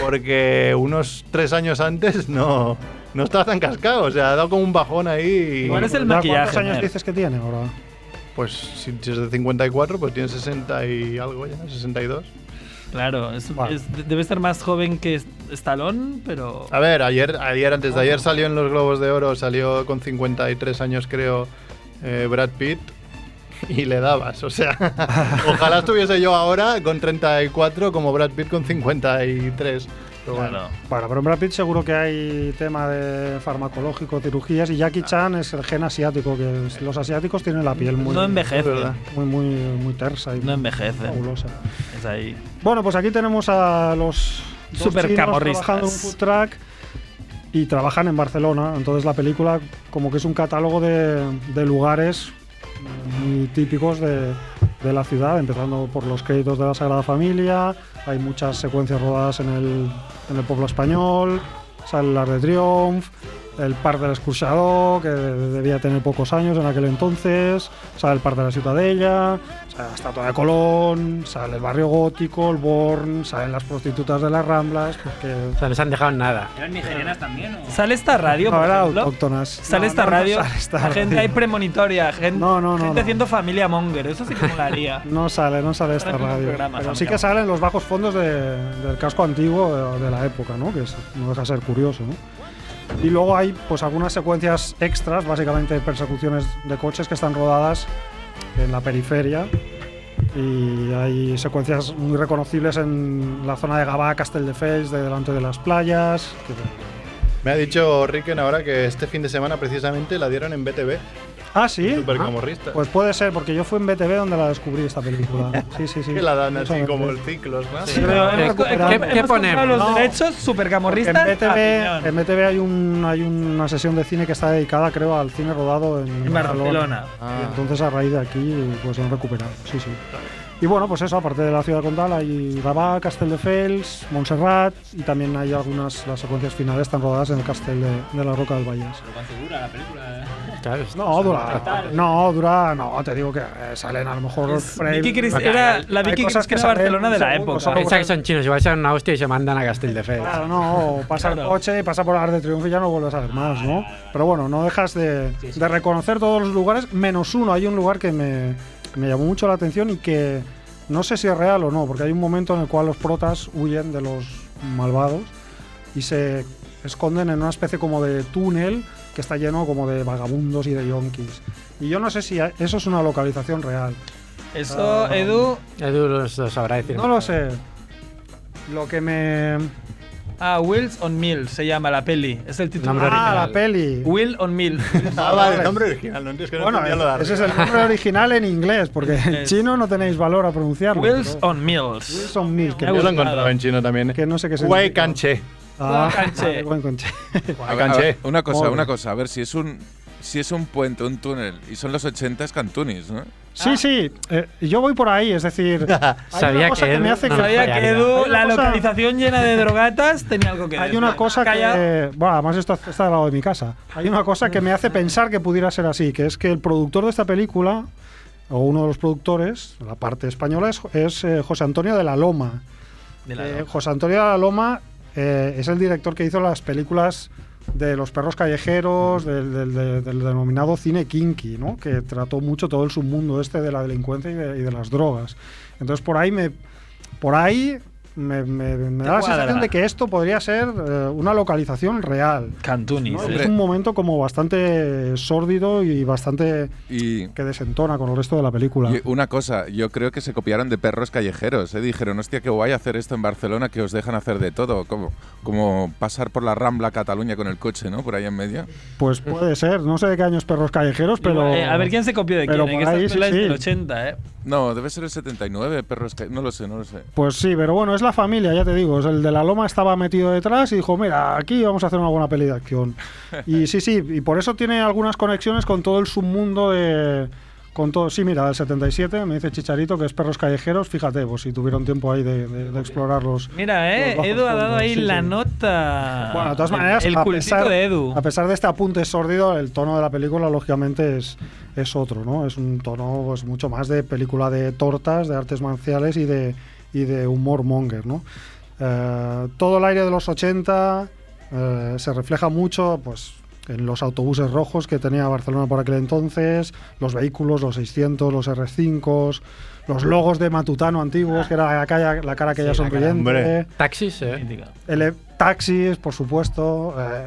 Speaker 3: porque unos tres años antes no, no estaba tan cascado. O sea, ha dado como un bajón ahí. y-
Speaker 4: Igual es el
Speaker 2: ¿Ya
Speaker 4: maquillaje,
Speaker 2: ¿Cuántos años
Speaker 4: Mer.
Speaker 2: dices que tiene ahora?
Speaker 3: Pues si, si es de 54, pues tiene 60 y algo ya, 62.
Speaker 4: Claro, es-
Speaker 2: Vale.
Speaker 4: es- debe estar más joven que Stallone, pero.
Speaker 3: A ver, ayer, ayer antes de ayer salió en los Globos de Oro, salió con 53 años creo eh, Brad Pitt y le dabas, o sea, ojalá estuviese yo ahora con 34 como Brad Pitt con 53. Pero bueno.
Speaker 4: Claro.
Speaker 2: Bueno, pero en Brad Pitt seguro que hay tema de farmacológico, cirugías, y
Speaker 4: Ah.
Speaker 2: Jackie Chan es el gen asiático, que es- los asiáticos tienen la piel muy,
Speaker 4: no envejece.
Speaker 3: verdad.
Speaker 2: muy, muy, muy tersa y
Speaker 4: No envejece.
Speaker 2: fabulosa.
Speaker 4: Es ahí.
Speaker 2: Bueno, pues aquí tenemos a los dos
Speaker 4: Super
Speaker 2: chinos
Speaker 4: camorristas.
Speaker 2: trabajando en un food truck y trabajan en Barcelona. Entonces la película como que es un catálogo de, de lugares muy típicos de, de la ciudad, empezando por los créditos de la Sagrada Familia. Hay muchas secuencias rodadas en el, en el pueblo español. Sale el Arc de Triunf, el Par del Excursador, que debía tener pocos años en aquel entonces. Sale el Par de la Ciutadella, sale la Estatua de Colón, sale el Barrio Gótico, el Born, salen las prostitutas de las Ramblas, porque
Speaker 1: O sea, no se han dejado en nada.
Speaker 7: ¿Eran nigerianas también o...?
Speaker 4: ¿Sale esta radio?
Speaker 2: no
Speaker 4: por
Speaker 2: eran
Speaker 4: ejemplo?
Speaker 2: autóctonas.
Speaker 4: Sale
Speaker 2: No,
Speaker 4: esta
Speaker 2: no, no
Speaker 4: radio.
Speaker 2: sale esta
Speaker 4: la gente
Speaker 2: radio.
Speaker 4: ahí premonitoria. Gente,
Speaker 2: No, no, no,
Speaker 4: gente
Speaker 2: no.
Speaker 4: haciendo familia Monger. Eso sí que molaría.
Speaker 2: No sale, no sale esta
Speaker 4: Ahora mismo
Speaker 2: radio.
Speaker 4: programas,
Speaker 2: Pero
Speaker 4: hombre.
Speaker 2: sí que salen los bajos fondos de- del casco antiguo de, de la época, ¿no? Que es- no deja de ser curioso, ¿no? Y luego hay pues algunas secuencias extras, básicamente persecuciones de coches que están rodadas en la periferia. Y hay secuencias muy reconocibles en la zona de Gabá, Castelldefels, de delante de las playas. que-
Speaker 3: Me ha dicho Ricken ahora que este fin de semana precisamente la dieron en BTV,
Speaker 2: Ah, sí.
Speaker 3: super
Speaker 2: Ah,
Speaker 3: camorrista.
Speaker 2: Pues puede ser, porque yo fui en BTV donde la descubrí esta película. Sí, sí, sí.
Speaker 3: que la dan así
Speaker 2: Justamente.
Speaker 3: como el ciclos, ¿no?
Speaker 4: Pero hemos-
Speaker 2: recuperado.
Speaker 4: eh,
Speaker 1: ¿Qué-
Speaker 4: hemos
Speaker 1: qué
Speaker 4: comprado
Speaker 1: ponemos?
Speaker 4: los
Speaker 2: No.
Speaker 4: derechos
Speaker 2: Porque
Speaker 4: supercamorristas.
Speaker 2: En BTV,
Speaker 4: afición.
Speaker 2: en BTV hay, un, hay una sesión de cine que está dedicada, creo, al cine rodado en,
Speaker 4: En Barcelona.
Speaker 2: Y entonces, a raíz de aquí, pues se han recuperado. Sí, sí. Y bueno, pues eso, aparte de la ciudad condal, hay Gavà, Castelldefels, Montserrat y también hay algunas, las secuencias finales están rodadas en el Castell de, de la Roca del Vallès.
Speaker 7: ¿Pero cuánto dura la
Speaker 6: eh.
Speaker 7: película?
Speaker 1: Claro, es-
Speaker 2: No, dura, no, dura, no, te digo que eh, salen a lo mejor...
Speaker 4: Es
Speaker 2: por ahí-
Speaker 4: Vicky Cris-
Speaker 1: Porque
Speaker 4: era
Speaker 1: hay-
Speaker 4: la Vicky
Speaker 2: cosas
Speaker 4: Cristina
Speaker 2: que salen
Speaker 4: Barcelona de la
Speaker 2: según
Speaker 4: época.
Speaker 2: los ojos.
Speaker 1: Piensa que son chinos, igual se dan una hostia y se mandan a Castelldefels.
Speaker 2: Claro, no, o pasa el
Speaker 4: Claro.
Speaker 2: coche y pasa por Arc de Triunfo y ya no vuelves a ver más, ¿no? Pero bueno, no dejas de, de reconocer todos los lugares, menos uno. Hay un lugar que me, me llamó mucho la atención y que no sé si es real o no, porque hay un momento en el cual los protas huyen de los malvados y se esconden en una especie como de túnel que está lleno como de vagabundos y de yonkis. Y yo no sé si a- eso es una localización real.
Speaker 4: Eso,
Speaker 2: Ah,
Speaker 4: Edu,
Speaker 1: Edu lo, lo sabrá decir.
Speaker 2: Eh, No lo sé. Lo que me
Speaker 4: Ah, Wheels on Mill se llama la peli. Es el título.
Speaker 1: Nombre
Speaker 4: original.
Speaker 2: Ah, la peli.
Speaker 4: Wheel on Mill.
Speaker 3: Ah, vale, el nombre original, no es que no
Speaker 2: Bueno,
Speaker 3: entendía lo de
Speaker 2: ese es
Speaker 3: arriba.
Speaker 2: el nombre original en inglés, porque en
Speaker 4: Inglés.
Speaker 2: chino no tenéis valor a pronunciarlo.
Speaker 4: Wheels
Speaker 2: pero-
Speaker 4: on Mills.
Speaker 2: Wilson Mills, que
Speaker 4: Me
Speaker 2: no-
Speaker 3: Yo lo
Speaker 4: gusta.
Speaker 3: he encontrado en chino también.
Speaker 2: que no sé qué es.
Speaker 3: Wei Kanche.
Speaker 2: Ah,
Speaker 4: Guaycanche.
Speaker 2: vale, Guaycanche.
Speaker 5: A ver, a
Speaker 3: Canché.
Speaker 5: ver, una cosa,
Speaker 2: Molt
Speaker 5: una
Speaker 2: bé.
Speaker 5: cosa. A ver, si es un si es un puente, un túnel, y son los 80 es Cantunis, ¿no?
Speaker 2: Sí, sí, eh, yo voy por ahí, es decir, hay una
Speaker 1: Sabía
Speaker 2: cosa
Speaker 1: que
Speaker 2: que,
Speaker 1: él
Speaker 2: me hace
Speaker 1: no
Speaker 2: que-
Speaker 1: nos
Speaker 4: Sabía que
Speaker 1: fallaría.
Speaker 4: Edu,
Speaker 2: Hay una
Speaker 4: la
Speaker 2: cosa-
Speaker 4: localización llena de drogatas, tenía algo que decir.
Speaker 2: Hay una cosa
Speaker 4: Calla.
Speaker 2: que. Bueno, además esto está al lado de mi casa. Hay una cosa que me hace pensar que pudiera ser así, que es que el productor de esta película, o uno de los productores, la parte española, es, es, eh, José Antonio de la Loma.
Speaker 4: De la-
Speaker 2: Eh, José Antonio de la Loma eh, es el director que hizo las películas de los perros callejeros, del, del- del- del denominado cine kinky, ¿no? que trató mucho todo el submundo este de la delincuencia y de, y de las drogas. Entonces por ahí me, por ahí me, me- me da la
Speaker 4: cuadra.
Speaker 2: sensación de que esto podría ser eh, una localización real.
Speaker 4: Cantunis.
Speaker 2: ¿no?
Speaker 4: eh.
Speaker 5: Hombre.
Speaker 2: Es un momento como bastante sórdido y bastante
Speaker 5: Y,
Speaker 2: que desentona con el resto de la película.
Speaker 5: y una cosa, yo creo que se copiaron de perros callejeros. ¿eh? Dijeron, hostia, qué guay hacer esto en Barcelona, que os dejan hacer de todo. Como, como pasar por la Rambla Cataluña con el coche, ¿no? Por ahí en medio.
Speaker 2: Pues puede ser, no sé de qué años perros callejeros, pero...
Speaker 4: Eh, a ver quién se copió de
Speaker 2: pero
Speaker 4: quién. eh,
Speaker 2: por
Speaker 4: que esta
Speaker 2: ahí
Speaker 4: película
Speaker 2: sí,
Speaker 4: es del
Speaker 2: sí.
Speaker 4: 80, ¿eh?
Speaker 5: No, debe ser el 79, perros callejeros. No lo sé, no lo sé.
Speaker 2: Pues sí, pero bueno, es la familia, ya te digo. es El de la loma estaba metido detrás y dijo, mira, aquí vamos a hacer una buena peli de acción. Y sí, sí, y por eso tiene algunas conexiones con todo el submundo de... Con todo, sí, mira, el 77, me dice Chicharito, que es Perros Callejeros, fíjate, pues si tuvieron tiempo ahí de, de- de explorarlos.
Speaker 4: Mira, eh,
Speaker 2: Los bajos
Speaker 4: Edu ha dado
Speaker 2: fondos,
Speaker 4: ahí
Speaker 2: sí,
Speaker 4: la
Speaker 2: sí.
Speaker 4: nota.
Speaker 2: Bueno, de todas
Speaker 4: El-
Speaker 2: maneras,
Speaker 4: El,
Speaker 2: a,
Speaker 4: cultito
Speaker 2: pesar,
Speaker 4: de Edu.
Speaker 2: a pesar de este apunte sórdido, el tono de la película, lógicamente, es, es otro, ¿no? Es un tono pues, mucho más de película de tortas, de artes marciales y de, y de humor monger, ¿no? Eh, todo el aire de los 80 eh, se refleja mucho, pues en los autobuses rojos que tenía Barcelona por aquel entonces, los vehículos, los 600, los R5, los logos de Matutano antiguos,
Speaker 4: Ah.
Speaker 2: que era la, calle- la cara que ya sonriente.
Speaker 3: hombre.
Speaker 1: Taxis, eh.
Speaker 4: Mítica.
Speaker 2: Ele- taxis, por supuesto, eh,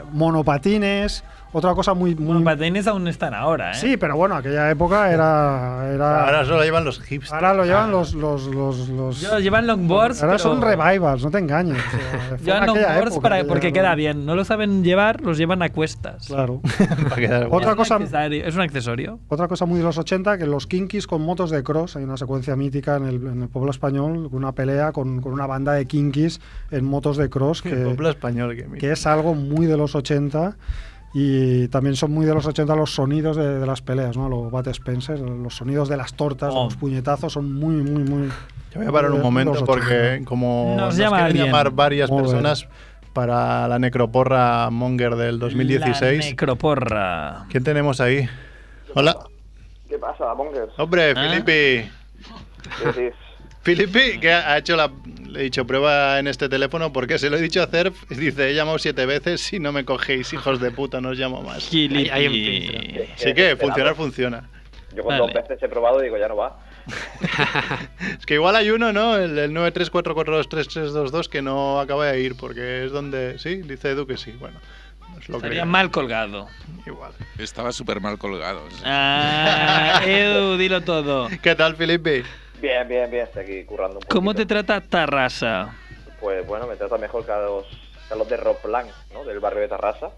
Speaker 2: monopatines, otra cosa muy... muy-
Speaker 4: Bueno, patines aún están ahora, ¿eh?
Speaker 2: sí, pero bueno, aquella época era... era
Speaker 3: Ahora
Speaker 2: ahora,
Speaker 3: solo llevan los hipsters.
Speaker 2: Ah.
Speaker 3: Ah.
Speaker 2: lo llevan los... los, los, los-
Speaker 4: Yo, llevan longboards.
Speaker 2: ahora
Speaker 4: pero-
Speaker 2: son revivals, no te engañes. o sea, fue
Speaker 4: Llevan
Speaker 2: en aquella
Speaker 4: longboards
Speaker 2: época
Speaker 4: para,
Speaker 2: que
Speaker 4: porque
Speaker 2: llegaron.
Speaker 4: queda bien. No lo saben llevar, los llevan a cuestas.
Speaker 2: Claro.
Speaker 3: Para quedar guay.
Speaker 2: otra
Speaker 4: Es un
Speaker 2: cosa...
Speaker 4: accesorio- Es un accesorio.
Speaker 2: Otra cosa muy de los 80, que los kinkis con motos de cross, hay una secuencia mítica en el, en el pueblo español, una pelea con, con una banda de kinkis en motos de cross
Speaker 3: El
Speaker 2: pues que,
Speaker 3: pueblo español que mira.
Speaker 2: que es algo muy de los 80 y también son muy de los 80 los sonidos de, de las peleas, ¿no? Los Bat Spencer, los sonidos de las tortas,
Speaker 4: Oh.
Speaker 2: los puñetazos son muy, muy, muy...
Speaker 3: Yo voy a parar un
Speaker 2: los
Speaker 3: momento
Speaker 2: 80.
Speaker 3: porque como
Speaker 4: Nos llama
Speaker 3: quieren
Speaker 4: alguien.
Speaker 3: llamar varias
Speaker 2: Muy bien.
Speaker 3: personas para la necroporra Monger del
Speaker 4: La
Speaker 3: 2016,
Speaker 4: necroporra.
Speaker 3: ¿quién tenemos ahí? Hola.
Speaker 10: ¿Qué pasa, Mongers?
Speaker 3: Hombre,
Speaker 4: ¿Ah?
Speaker 3: Filipe.
Speaker 10: ¿Qué decís?
Speaker 3: Filipe, que ha hecho la... Le he dicho prueba en este teléfono porque se lo he dicho a Cerf. Dice, he llamado siete veces, si no me cogéis, hijos de puta, no os llamo más.
Speaker 4: Gilipi.
Speaker 3: Así que funcionar funciona.
Speaker 10: Yo con
Speaker 4: Vale.
Speaker 10: dos veces he probado y digo, ya no va.
Speaker 3: Es que igual hay uno, ¿no? El, el 934423322 que no acaba de ir porque es donde... Sí, dice Edu que sí. Bueno, es lo
Speaker 4: Estaría
Speaker 3: que...
Speaker 4: mal colgado.
Speaker 3: Igual.
Speaker 5: Estaba súper mal colgado. sí.
Speaker 4: Ah, Edu, dilo todo.
Speaker 3: ¿Qué tal, Felipe?
Speaker 10: Bien, bien, bien, estoy aquí currando un poco.
Speaker 4: ¿Cómo te trata Tarrasa?
Speaker 10: Pues bueno, me trata mejor que a los, que a los de Rockland, ¿no? Del barrio de Tarrasa.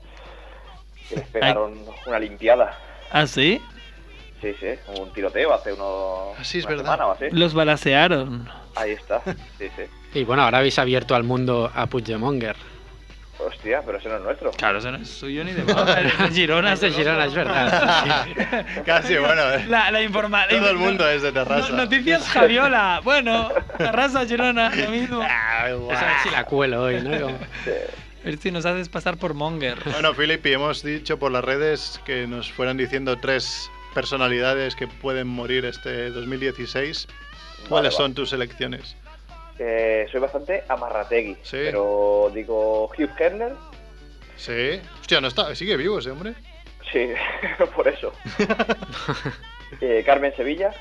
Speaker 10: Que les pegaron una limpiada.
Speaker 4: ¿Ah, sí?
Speaker 10: Sí, sí, hubo un tiroteo hace unos.
Speaker 3: Ah, sí, es
Speaker 10: una
Speaker 3: verdad.
Speaker 10: semana o así.
Speaker 4: Los balasearon.
Speaker 10: Ahí está, sí, sí.
Speaker 1: Y bueno, ahora habéis abierto al mundo a Puigdemonger.
Speaker 10: Hostia, pero ese no es nuestro.
Speaker 4: Claro, eso no es suyo ni de Barça, es de Girona.
Speaker 1: Es de Girona, es verdad.
Speaker 3: Casi, bueno. eh.
Speaker 4: La, la informal.
Speaker 3: Todo el mundo es de Terrassa.
Speaker 4: No- noticias Javiola. Bueno, Terrassa, Girona, lo mismo.
Speaker 3: Ah,
Speaker 1: Pues a ver si la cuelo hoy, ¿no? Como-
Speaker 4: A ver si nos haces pasar por Monger.
Speaker 3: Bueno, Filipe, hemos dicho por las redes que nos fueran diciendo tres personalidades que pueden morir este 2016. ¿Cuáles
Speaker 10: va.
Speaker 3: son tus elecciones?
Speaker 10: Eh, soy bastante amarrategui.
Speaker 3: Sí.
Speaker 10: Pero digo, Hugh Hefner.
Speaker 3: Sí. Hostia, no está, sigue vivo ese hombre.
Speaker 10: Sí, por eso. Eh, Carmen Sevilla.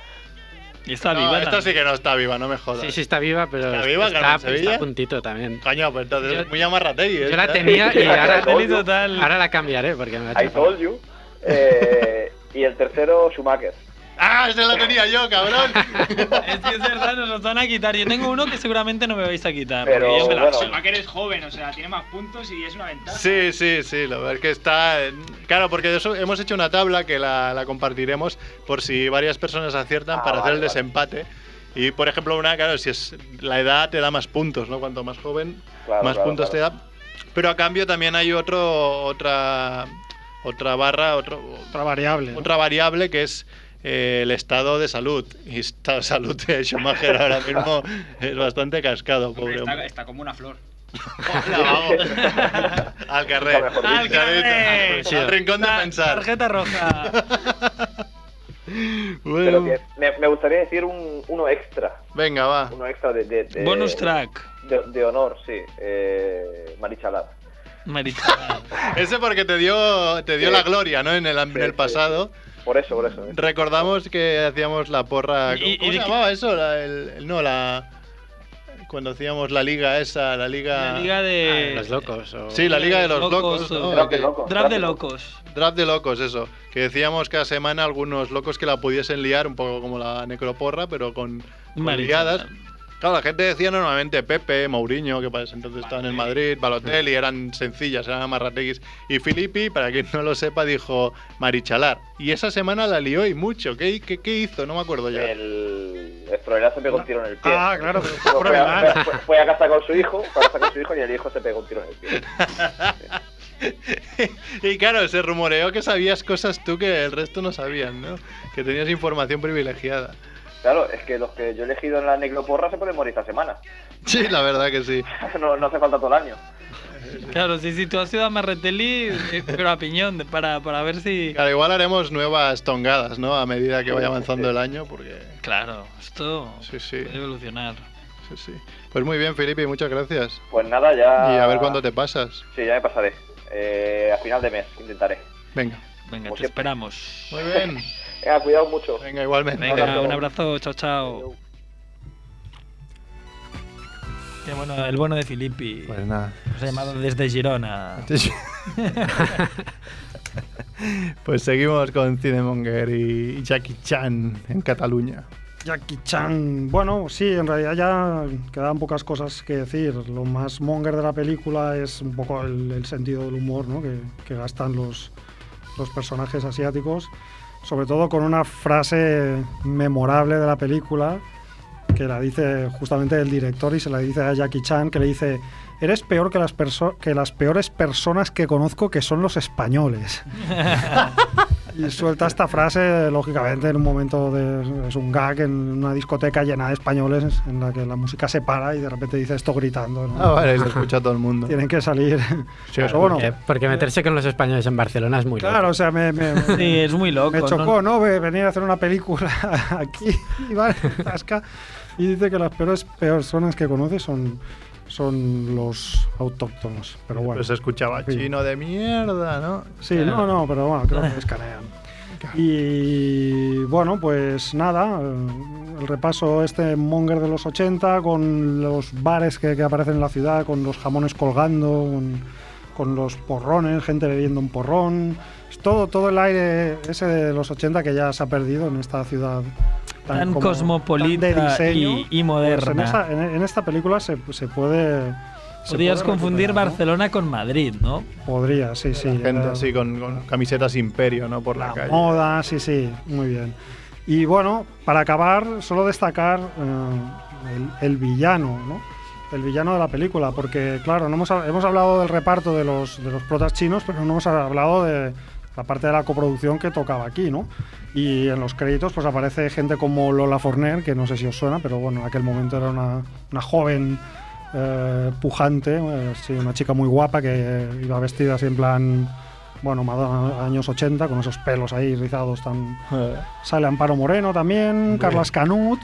Speaker 4: Y está
Speaker 3: No,
Speaker 4: viva.
Speaker 3: esta
Speaker 4: también.
Speaker 3: sí que no está viva, no me jodas.
Speaker 1: Sí, sí, está viva, pero
Speaker 3: ¿Está viva,
Speaker 1: está,
Speaker 3: Carmen
Speaker 1: está
Speaker 3: Sevilla?
Speaker 1: a puntito también.
Speaker 3: Coño, pues entonces
Speaker 1: Yo-
Speaker 3: es muy amarrategui.
Speaker 1: Yo
Speaker 3: ¿eh?
Speaker 1: la tenía y ahora,
Speaker 10: Carmen
Speaker 4: Delito total.
Speaker 3: Ah,
Speaker 1: ahora la cambiaré porque me ha
Speaker 10: I
Speaker 1: chafado.
Speaker 10: told you. Eh, y el tercero, Schumacher.
Speaker 3: ¡Ah, se la tenía yo, cabrón!
Speaker 4: Es que es verdad, nos los van a quitar. Yo tengo uno que seguramente no me vais a quitar.
Speaker 7: Pero,
Speaker 4: porque yo me la
Speaker 7: bueno.
Speaker 4: suda.
Speaker 7: que eres joven, o sea, tiene más puntos y es una ventaja.
Speaker 3: Sí, sí, sí, la verdad es que está... en- Claro, porque de eso hemos hecho una tabla que la, la compartiremos por si varias personas aciertan
Speaker 10: Ah,
Speaker 3: para hacer
Speaker 10: vale,
Speaker 3: el
Speaker 10: vale.
Speaker 3: desempate. Y, por ejemplo, una, claro, si es la edad te da más puntos, ¿no? Cuanto más joven,
Speaker 10: Claro,
Speaker 3: más
Speaker 10: claro,
Speaker 3: puntos
Speaker 10: claro.
Speaker 3: te da. Pero a cambio también hay otro, otra, otra barra, otro,
Speaker 2: Otra variable. ¿no?
Speaker 3: otra variable que es eh, el estado de salud. Y estado de salud de Schumacher ahora mismo es bastante cascado,
Speaker 7: Hombre,
Speaker 3: pobre
Speaker 7: está,
Speaker 3: hombre.
Speaker 7: está como una flor.
Speaker 3: Hola, vamos. Al carrer.
Speaker 10: Nunca mejor
Speaker 3: Al
Speaker 10: dicho.
Speaker 3: carrer.
Speaker 1: Sí.
Speaker 3: Al rincón de
Speaker 4: Ta-
Speaker 3: pensar.
Speaker 4: Tarjeta roja.
Speaker 10: Pero
Speaker 3: Bueno,
Speaker 10: que me, me gustaría decir un, uno extra.
Speaker 3: venga, va.
Speaker 10: Uno extra de. de,
Speaker 7: Eh,
Speaker 10: de-
Speaker 4: Bonus track.
Speaker 10: De, de honor, sí. Eh, Marichalada.
Speaker 4: Maricha.
Speaker 3: Ese porque te dio, te dio
Speaker 10: Sí.
Speaker 3: la gloria, ¿no? En el, en
Speaker 10: Sí,
Speaker 3: el
Speaker 10: sí,
Speaker 3: pasado.
Speaker 10: Por eso, por eso.
Speaker 3: Recordamos que hacíamos la porra.
Speaker 4: Y- y-
Speaker 3: ¿Cómo
Speaker 4: y
Speaker 3: se
Speaker 4: de-
Speaker 3: llamaba eso? La- el- el- no, la. Cuando hacíamos la liga esa, la liga.
Speaker 4: La liga de.
Speaker 1: Los locos. o-
Speaker 3: Sí, la liga de los locos.
Speaker 4: Locos,
Speaker 3: ¿no?
Speaker 4: o-
Speaker 10: Draft de
Speaker 3: Que-
Speaker 10: locos.
Speaker 4: Draft de locos.
Speaker 3: Draft de locos, eso. Que decíamos cada semana algunos locos que la pudiesen liar, un poco como la necroporra, pero con, con
Speaker 4: Vale.
Speaker 3: liadas. Claro, la gente decía normalmente Pepe, Mourinho, que para ese entonces estaban en Madrid, Balotelli, eran sencillas, eran amarrateguis. Y Filippi, para quien no lo sepa, dijo Marichalar. Y esa semana la lió y mucho. ¿Qué, qué, qué hizo? No me acuerdo ya.
Speaker 10: El Esproelá se pegó un tiro en el pie.
Speaker 2: Ah, claro, pero
Speaker 10: Fue-
Speaker 2: pobre
Speaker 10: fue, a,
Speaker 2: Milán.
Speaker 10: fue- fue a casa con su hijo, fue a casa con su hijo y el hijo se pegó un tiro en el pie.
Speaker 3: y claro, se rumoreó que sabías cosas tú que el resto no sabían, ¿no? Que tenías información privilegiada.
Speaker 10: Claro, es que los que yo he elegido en la necroporra se pueden morir esta semana.
Speaker 3: Sí, la verdad que sí.
Speaker 10: No, no hace falta todo el año.
Speaker 4: Claro, sí, sí, tú has ido a Marretelli, eh, pero a piñón, de- para, para ver si.
Speaker 3: Claro, igual haremos nuevas tongadas, ¿no? A medida que vaya avanzando el año, porque...
Speaker 4: Claro, esto
Speaker 3: Sí, sí,
Speaker 4: puede evolucionar.
Speaker 3: sí, sí. Pues muy bien, Felipe, muchas gracias.
Speaker 10: Pues nada, ya.
Speaker 3: Y a ver cuándo te pasas.
Speaker 10: Sí, ya me pasaré. Eh, a final de mes intentaré.
Speaker 3: Venga.
Speaker 4: Venga,
Speaker 10: Como
Speaker 4: te
Speaker 10: siempre.
Speaker 4: esperamos.
Speaker 3: Muy bien.
Speaker 10: Venga, cuidado mucho.
Speaker 3: Venga, igualmente.
Speaker 4: Venga, un abrazo, chao, chao. Qué bueno, el bueno de Filippi.
Speaker 3: Pues nada.
Speaker 4: Nos ha llamado desde Girona.
Speaker 3: Pues seguimos con Cinemonger y Jackie Chan en Cataluña.
Speaker 2: Jackie Chan. Bueno, sí, en realidad ya quedaban pocas cosas que decir. Lo más monger de la película es un poco el, el sentido del humor ¿no? que, que gastan los, los personajes asiáticos. Sobre todo con una frase memorable de la película que la dice justamente el director y se la dice a Jackie Chan, que le dice, eres peor que las, perso- que las peores personas que conozco que son los españoles. Y suelta esta frase, lógicamente, en un momento de. Es un gag en una discoteca llena de españoles en la que la música se para y de repente dice esto gritando. ¿no?
Speaker 3: Ah, vale, lo escucha todo el mundo.
Speaker 2: Tienen que salir.
Speaker 3: Sí,
Speaker 2: Pero
Speaker 3: es
Speaker 2: bueno,
Speaker 1: Porque, Eh, porque meterse con los españoles en Barcelona es muy
Speaker 2: claro,
Speaker 1: loco.
Speaker 2: o sea, me, me,
Speaker 4: Sí, es muy loco.
Speaker 2: me
Speaker 4: ¿no?
Speaker 2: chocó, ¿no? Ve- Venir a hacer una película aquí y va en Tasca y dice que las peores personas que conoce son, son los autóctonos. Pero bueno.
Speaker 3: Pues se escuchaba
Speaker 2: Sí.
Speaker 3: chino de mierda, ¿no?
Speaker 2: Sí, no, no, pero bueno, creo que lo escanean. Y bueno, pues nada, eh, el repaso este Monger de los 80 con los bares que, que aparecen en la ciudad, con los jamones colgando, con, con los porrones, gente bebiendo un porrón. Es todo, todo el aire ese de los 80 que ya se ha perdido en esta ciudad
Speaker 4: Tan,
Speaker 2: como-
Speaker 4: cosmopolita
Speaker 2: tan de
Speaker 4: y,
Speaker 2: diseño.
Speaker 4: y
Speaker 2: Pues en,
Speaker 4: moderna.
Speaker 2: esa- en- en esta película se, se puede... se
Speaker 4: Podrías
Speaker 2: puede
Speaker 4: confundir
Speaker 2: recuperar, ¿no?
Speaker 4: Barcelona con Madrid, ¿no?
Speaker 2: Podría, sí, sí.
Speaker 3: Gente
Speaker 2: era-
Speaker 3: así con, con camisetas imperio, ¿no? Por la,
Speaker 2: la
Speaker 3: calle.
Speaker 2: moda, sí, sí, muy bien. Y bueno, para acabar, solo destacar eh, el, el villano, ¿no? El villano de la película, porque claro, no hemos, hab- hemos hablado del reparto de los, de los protas chinos, pero no hemos hablado de la parte de la coproducción que tocaba aquí, ¿no? Y en los créditos pues aparece gente como Lola Forner, que no sé si os suena, pero bueno, en aquel momento era una, una joven eh, pujante, eh, sí, una chica muy guapa que iba vestida así en plan, bueno, Madonna años 80, con esos pelos ahí rizados tan...
Speaker 3: Eh,
Speaker 2: Sale Amparo Moreno también, Carlas Canut,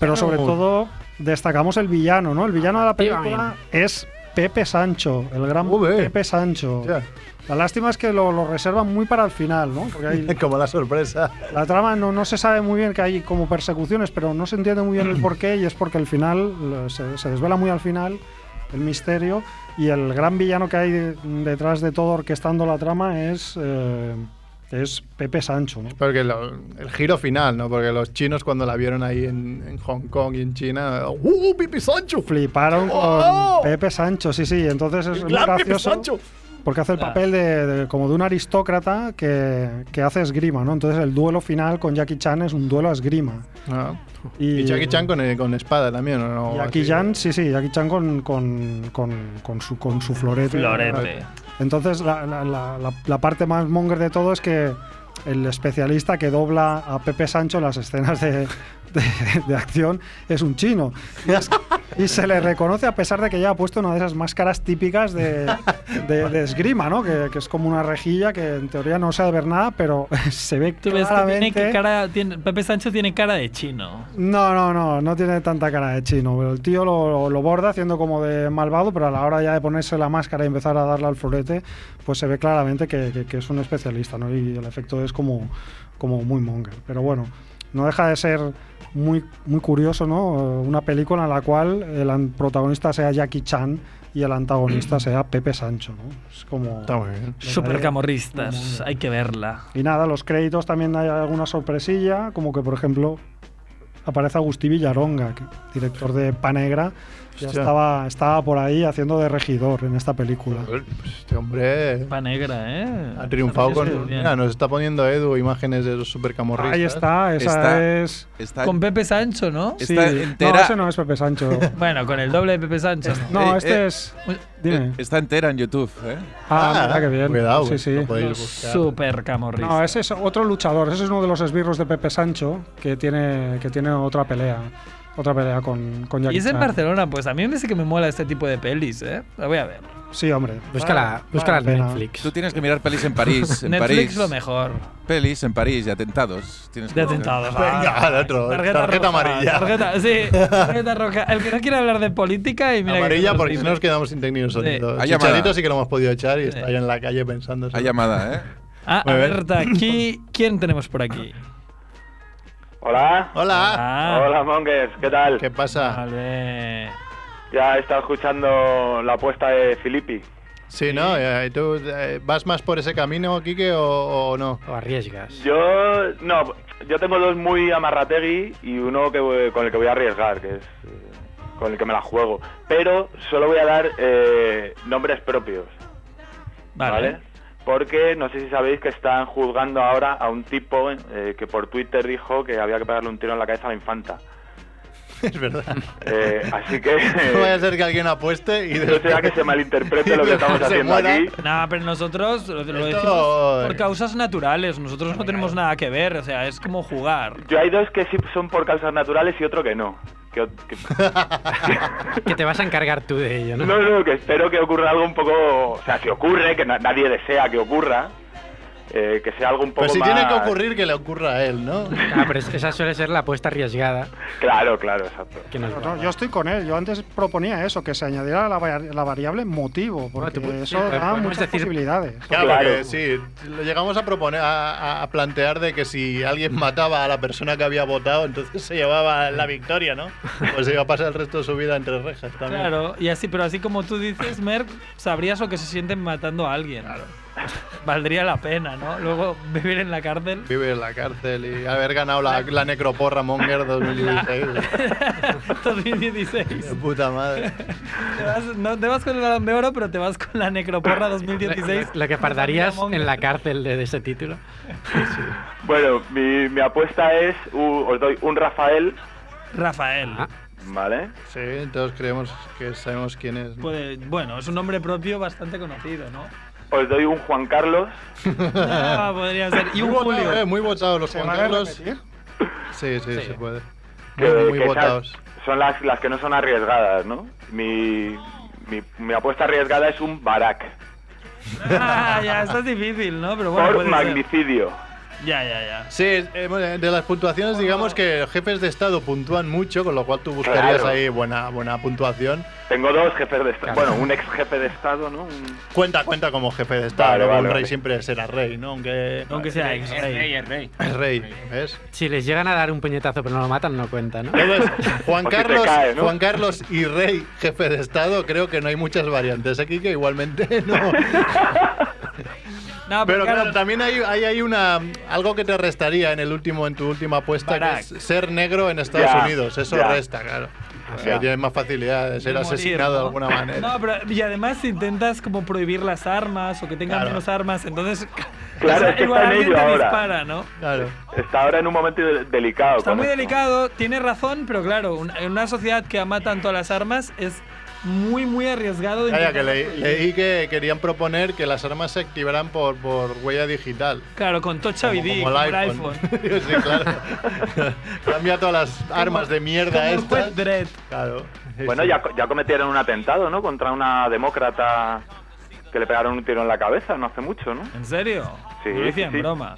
Speaker 2: pero sobre
Speaker 3: Canut.
Speaker 2: todo destacamos el villano, ¿no? El villano de la película es Pepe Sancho, el gran
Speaker 3: Ube.
Speaker 2: Pepe Sancho.
Speaker 3: ya.
Speaker 2: La lástima es que lo, lo reservan muy para el final, ¿no? Porque ahí
Speaker 3: Como la sorpresa.
Speaker 2: la trama no, no se sabe muy bien que hay como persecuciones, pero no se entiende muy bien el porqué y es porque el final lo- se, se desvela muy al final el misterio y el gran villano que hay de- detrás de todo orquestando la trama es eh, Es Pepe Sancho, ¿no?
Speaker 3: Porque lo- el giro final, ¿no? Porque los chinos cuando la vieron ahí en, en Hong Kong y en China, ¡Uh, Pepe Sancho!
Speaker 2: Fliparon
Speaker 3: ¡Oh!
Speaker 2: con Pepe Sancho, sí, sí. Entonces es muy
Speaker 3: ¡Gran Pepe
Speaker 2: gracioso.
Speaker 3: Sancho!
Speaker 2: Porque hace el papel de, de- como de un aristócrata que, que hace esgrima, ¿no? Entonces el duelo final con Jackie Chan es un duelo a esgrima.
Speaker 3: Ah. Y, Jackie Chan con, eh, con espada también, ¿o ¿no?
Speaker 2: Jackie
Speaker 3: Así.
Speaker 2: Chan, sí, sí, Jackie Chan con, con, con- con su, con su florete.
Speaker 4: Florete.
Speaker 2: Entonces, la, la- la- la- la parte más monger de todo es que el especialista que dobla a Pepe Sancho en las escenas de, de- de acción es un chino. Y, es- y se le reconoce a pesar de que ya ha puesto una de esas máscaras típicas de, de- de esgrima, ¿no? Que, que es como una rejilla que en teoría no se ha de ver nada, pero se ve
Speaker 4: Tú ves que
Speaker 2: claramente...
Speaker 4: tiene que cara. tiene- Pepe Sancho tiene cara de chino.
Speaker 2: No, no, no, no tiene tanta cara de chino, pero el tío lo, lo- lo borda haciendo como de malvado, pero a la hora ya de ponerse la máscara y empezar a darle al florete, pues se ve claramente que, que- que es un especialista, ¿no? Y el efecto es como, como muy monger. Pero bueno, no deja de ser muy, muy curioso, ¿no? Eh, Una película en la cual el an- protagonista sea Jackie Chan y el antagonista sea Pepe Sancho, ¿no? Es como...
Speaker 3: Está muy bien.
Speaker 4: Super camorristas. Hay que verla.
Speaker 2: Y nada, los créditos también hay alguna sorpresilla, como que por ejemplo aparece Agustí Villaronga, que- director de Panegra, ya
Speaker 3: Hostia.
Speaker 2: estaba, estaba por ahí haciendo de regidor en esta película.
Speaker 3: Este hombre
Speaker 4: Pa negra, ¿eh?
Speaker 3: ha triunfado con.
Speaker 4: Bien.
Speaker 3: Mira, nos está poniendo Edu imágenes de los supercamorristas.
Speaker 2: Ahí está, esa
Speaker 5: Está-
Speaker 2: es...
Speaker 5: Está,
Speaker 4: Con Pepe Sancho, ¿no?
Speaker 2: sí.
Speaker 5: está
Speaker 2: No,
Speaker 5: entera.
Speaker 2: ese no es Pepe Sancho.
Speaker 4: Bueno, con el doble de Pepe Sancho. ¿no?
Speaker 2: No,
Speaker 5: Eh,
Speaker 2: este
Speaker 5: eh.
Speaker 2: es... Dime.
Speaker 5: Está entera en YouTube, ¿eh?
Speaker 2: Ah, mira, qué bien.
Speaker 3: Cuidado,
Speaker 2: sí, sí.
Speaker 3: lo podéis buscar.
Speaker 4: Super camorrista.
Speaker 2: No, ese es otro luchador, ese es uno de los esbirros de Pepe Sancho, que tiene, que tiene otra pelea. Otra pelea con, con Jackie
Speaker 4: y es en
Speaker 2: Chan.
Speaker 4: Barcelona, pues a mí me sé que me mola este tipo de pelis, ¿eh? La voy a ver.
Speaker 2: Sí, hombre.
Speaker 1: Búscala,
Speaker 2: Vale,
Speaker 1: búscala
Speaker 2: vale
Speaker 1: en
Speaker 2: la pena.
Speaker 1: Netflix.
Speaker 5: Tú tienes que mirar pelis en París. En
Speaker 4: Netflix
Speaker 5: París.
Speaker 4: lo mejor.
Speaker 5: Pelis en París y atentados. Tienes que
Speaker 4: De
Speaker 5: buscar.
Speaker 4: atentados.
Speaker 3: Venga,
Speaker 4: ah,
Speaker 3: al otro. Tarjeta
Speaker 4: roja,
Speaker 3: amarilla.
Speaker 4: Tarjeta, sí, tarjeta roja. El que no quiere hablar de política y mira. que
Speaker 3: Amarilla
Speaker 4: nos
Speaker 3: porque
Speaker 4: dice.
Speaker 3: si no nos quedamos sin técnico sonido.
Speaker 5: Hay
Speaker 3: Chicharito
Speaker 5: llamada.
Speaker 3: sí que lo hemos podido echar y
Speaker 4: Sí.
Speaker 3: está ahí en la calle pensando.
Speaker 5: Hay llamada, ¿eh?
Speaker 4: Ah, a
Speaker 3: Muy bien.
Speaker 4: ver, aquí. ¿Quién tenemos por aquí?
Speaker 10: Hola.
Speaker 3: Hola,
Speaker 4: Ah,
Speaker 10: Hola, Mongers, ¿qué tal?
Speaker 3: ¿qué pasa?
Speaker 4: Vale.
Speaker 10: Ya he estado escuchando la apuesta de Filippi.
Speaker 3: Sí, ¿no? Eh, ¿Tú eh, vas más por ese camino, Quique, o, o no?
Speaker 1: O arriesgas.
Speaker 10: Yo, no, yo tengo dos muy amarrategui y uno que voy- con el que voy a arriesgar, que es eh, con el que me la juego. Pero solo voy a dar eh, nombres propios, ¿vale?
Speaker 4: Vale.
Speaker 10: Porque no sé si sabéis que están juzgando ahora a un tipo eh, que por Twitter dijo que había que pegarle un tiro en la cabeza a la infanta.
Speaker 3: Es verdad.
Speaker 10: Eh, así que...
Speaker 3: No vaya a ser que alguien apueste y
Speaker 10: No sea que se malinterprete lo que estamos
Speaker 3: Se
Speaker 10: haciendo
Speaker 3: muera.
Speaker 10: aquí.
Speaker 4: Nada, pero nosotros lo, lo
Speaker 3: Esto-
Speaker 4: decimos por causas naturales. Nosotros no tenemos nada que ver. O sea, es como jugar.
Speaker 10: Yo hay dos que sí son por causas naturales y otro que no. Que ot- que-
Speaker 1: Que te vas a encargar tú de ello, ¿no?
Speaker 10: no, no, que espero que ocurra algo un poco... O sea, si ocurre, que na- nadie desea que ocurra, eh, que sea algo un poco
Speaker 3: Pues si
Speaker 10: más...
Speaker 3: tiene que ocurrir, que le ocurra a él, ¿no?
Speaker 1: Ah, pero es- esa suele ser la apuesta arriesgada
Speaker 10: Claro, claro, exacto.
Speaker 1: que nos
Speaker 2: No,
Speaker 1: va.
Speaker 2: yo estoy con él. Yo antes proponía eso, que se añadiera la, va- la variable motivo, porque
Speaker 1: tú puedes-
Speaker 2: eso
Speaker 1: sí,
Speaker 2: da
Speaker 1: podemos
Speaker 2: muchas
Speaker 1: decir-
Speaker 2: posibilidades.
Speaker 3: Claro,
Speaker 10: Claro.
Speaker 3: porque sí, lo llegamos a proponer, a, a- a plantear de que si alguien mataba a la persona que había votado, entonces se llevaba la victoria, ¿no? Pues se iba a pasar el resto de su vida entre rejas también.
Speaker 4: Claro, y así, pero así como tú dices, Merck, sabrías lo que se sienten matando a alguien. Valdría la pena, ¿no? Luego vivir en la cárcel.
Speaker 3: Vive en la cárcel y haber ganado la, la necroporra Monger 2016.
Speaker 4: 2016.
Speaker 3: De puta madre.
Speaker 4: Te vas, no te vas con el balón de oro, pero te vas con la necroporra 2016.
Speaker 1: Lo que tardarías en la cárcel de, de ese título.
Speaker 10: Bueno, mi, mi apuesta es... u- os doy un Rafael,
Speaker 4: Rafael.
Speaker 1: Ah.
Speaker 10: ¿vale?
Speaker 3: Sí, todos creemos que sabemos quién es. ¿no?
Speaker 4: Puede- bueno, es un nombre propio bastante conocido, ¿no?
Speaker 10: Os doy un Juan Carlos.
Speaker 4: Ah, podría ser. Y un
Speaker 3: Muy votado,
Speaker 4: Julio.
Speaker 3: eh, muy votados los
Speaker 2: ¿Se
Speaker 3: Juan
Speaker 2: van a
Speaker 3: Carlos.
Speaker 2: repetir?
Speaker 3: Sí, sí, se puede.
Speaker 10: Que,
Speaker 3: Muy, muy
Speaker 10: que esas
Speaker 3: votados.
Speaker 10: Son las, las que no son arriesgadas, ¿no? Mi, mi, mi apuesta arriesgada es un Barak.
Speaker 4: Ah, ya, esto es difícil, ¿no? Pero bueno,
Speaker 10: por
Speaker 4: puede ser.
Speaker 10: magnicidio.
Speaker 4: Ya, ya, ya.
Speaker 3: Sí, eh, bueno, de las puntuaciones digamos que jefes de Estado puntúan mucho, con lo cual tú buscarías
Speaker 10: Claro.
Speaker 3: ahí buena, buena puntuación.
Speaker 10: Tengo dos jefes de estado. Bueno, un ex jefe de estado, ¿no? Un-
Speaker 3: Cuenta, cuenta como jefe de Estado,
Speaker 10: Vale,
Speaker 3: ¿no?
Speaker 10: vale,
Speaker 3: un rey
Speaker 10: vale.
Speaker 3: siempre será rey, ¿no? Aunque,
Speaker 4: Aunque sea ex
Speaker 7: Es rey, es rey.
Speaker 3: es rey, ¿ves?
Speaker 1: Si les llegan a dar un puñetazo pero no lo matan, no cuenta, ¿no?
Speaker 3: Entonces, Juan
Speaker 10: O si te
Speaker 3: Carlos,
Speaker 10: cae, ¿no?
Speaker 3: Juan Carlos y rey jefe de Estado, creo que no hay muchas variantes aquí que igualmente no.
Speaker 4: No,
Speaker 3: Pero
Speaker 4: pero
Speaker 3: claro,
Speaker 4: claro,
Speaker 3: también hay, hay, hay una, algo que te restaría en el último, en tu última apuesta,
Speaker 4: Barack.
Speaker 3: que es ser negro en Estados
Speaker 10: Ya,
Speaker 3: Unidos. Eso
Speaker 10: ya.
Speaker 3: resta, claro. O sea,
Speaker 10: Ya.
Speaker 3: Tienes más facilidad de ser
Speaker 4: morir,
Speaker 3: asesinado de
Speaker 4: ¿no?
Speaker 3: alguna manera.
Speaker 4: No, pero y además intentas como prohibir las armas o que tengan
Speaker 3: Claro.
Speaker 4: menos armas, entonces
Speaker 10: Claro, es que
Speaker 4: igual
Speaker 10: está en
Speaker 4: alguien
Speaker 10: ello
Speaker 4: te
Speaker 10: ahora.
Speaker 4: dispara, ¿no?
Speaker 3: Claro.
Speaker 10: Está ahora en un momento de- delicado.
Speaker 4: Está
Speaker 10: con
Speaker 4: muy
Speaker 10: esto.
Speaker 4: delicado, tiene razón, pero claro, una- en una sociedad que ama tanto a las armas es muy muy arriesgado.
Speaker 3: Calla,
Speaker 4: intentar
Speaker 3: que leí,
Speaker 4: prohibir.
Speaker 3: leí que querían proponer que las armas se activaran por, por huella digital.
Speaker 4: Claro, con Touch
Speaker 3: Como,
Speaker 4: ID,
Speaker 3: como
Speaker 4: con
Speaker 3: el iPhone. sí, claro. Cambia todas las armas de mierda
Speaker 4: Como el
Speaker 3: estas.
Speaker 4: juez Dredd.
Speaker 3: Claro. Sí,
Speaker 10: Bueno,
Speaker 3: sí.
Speaker 10: ya, co- ya cometieron un atentado, ¿no? Contra una demócrata que le pegaron un tiro en la cabeza no hace mucho, ¿no?
Speaker 4: ¿En serio?
Speaker 10: Sí,
Speaker 4: No lo hice en
Speaker 10: sí.
Speaker 4: broma.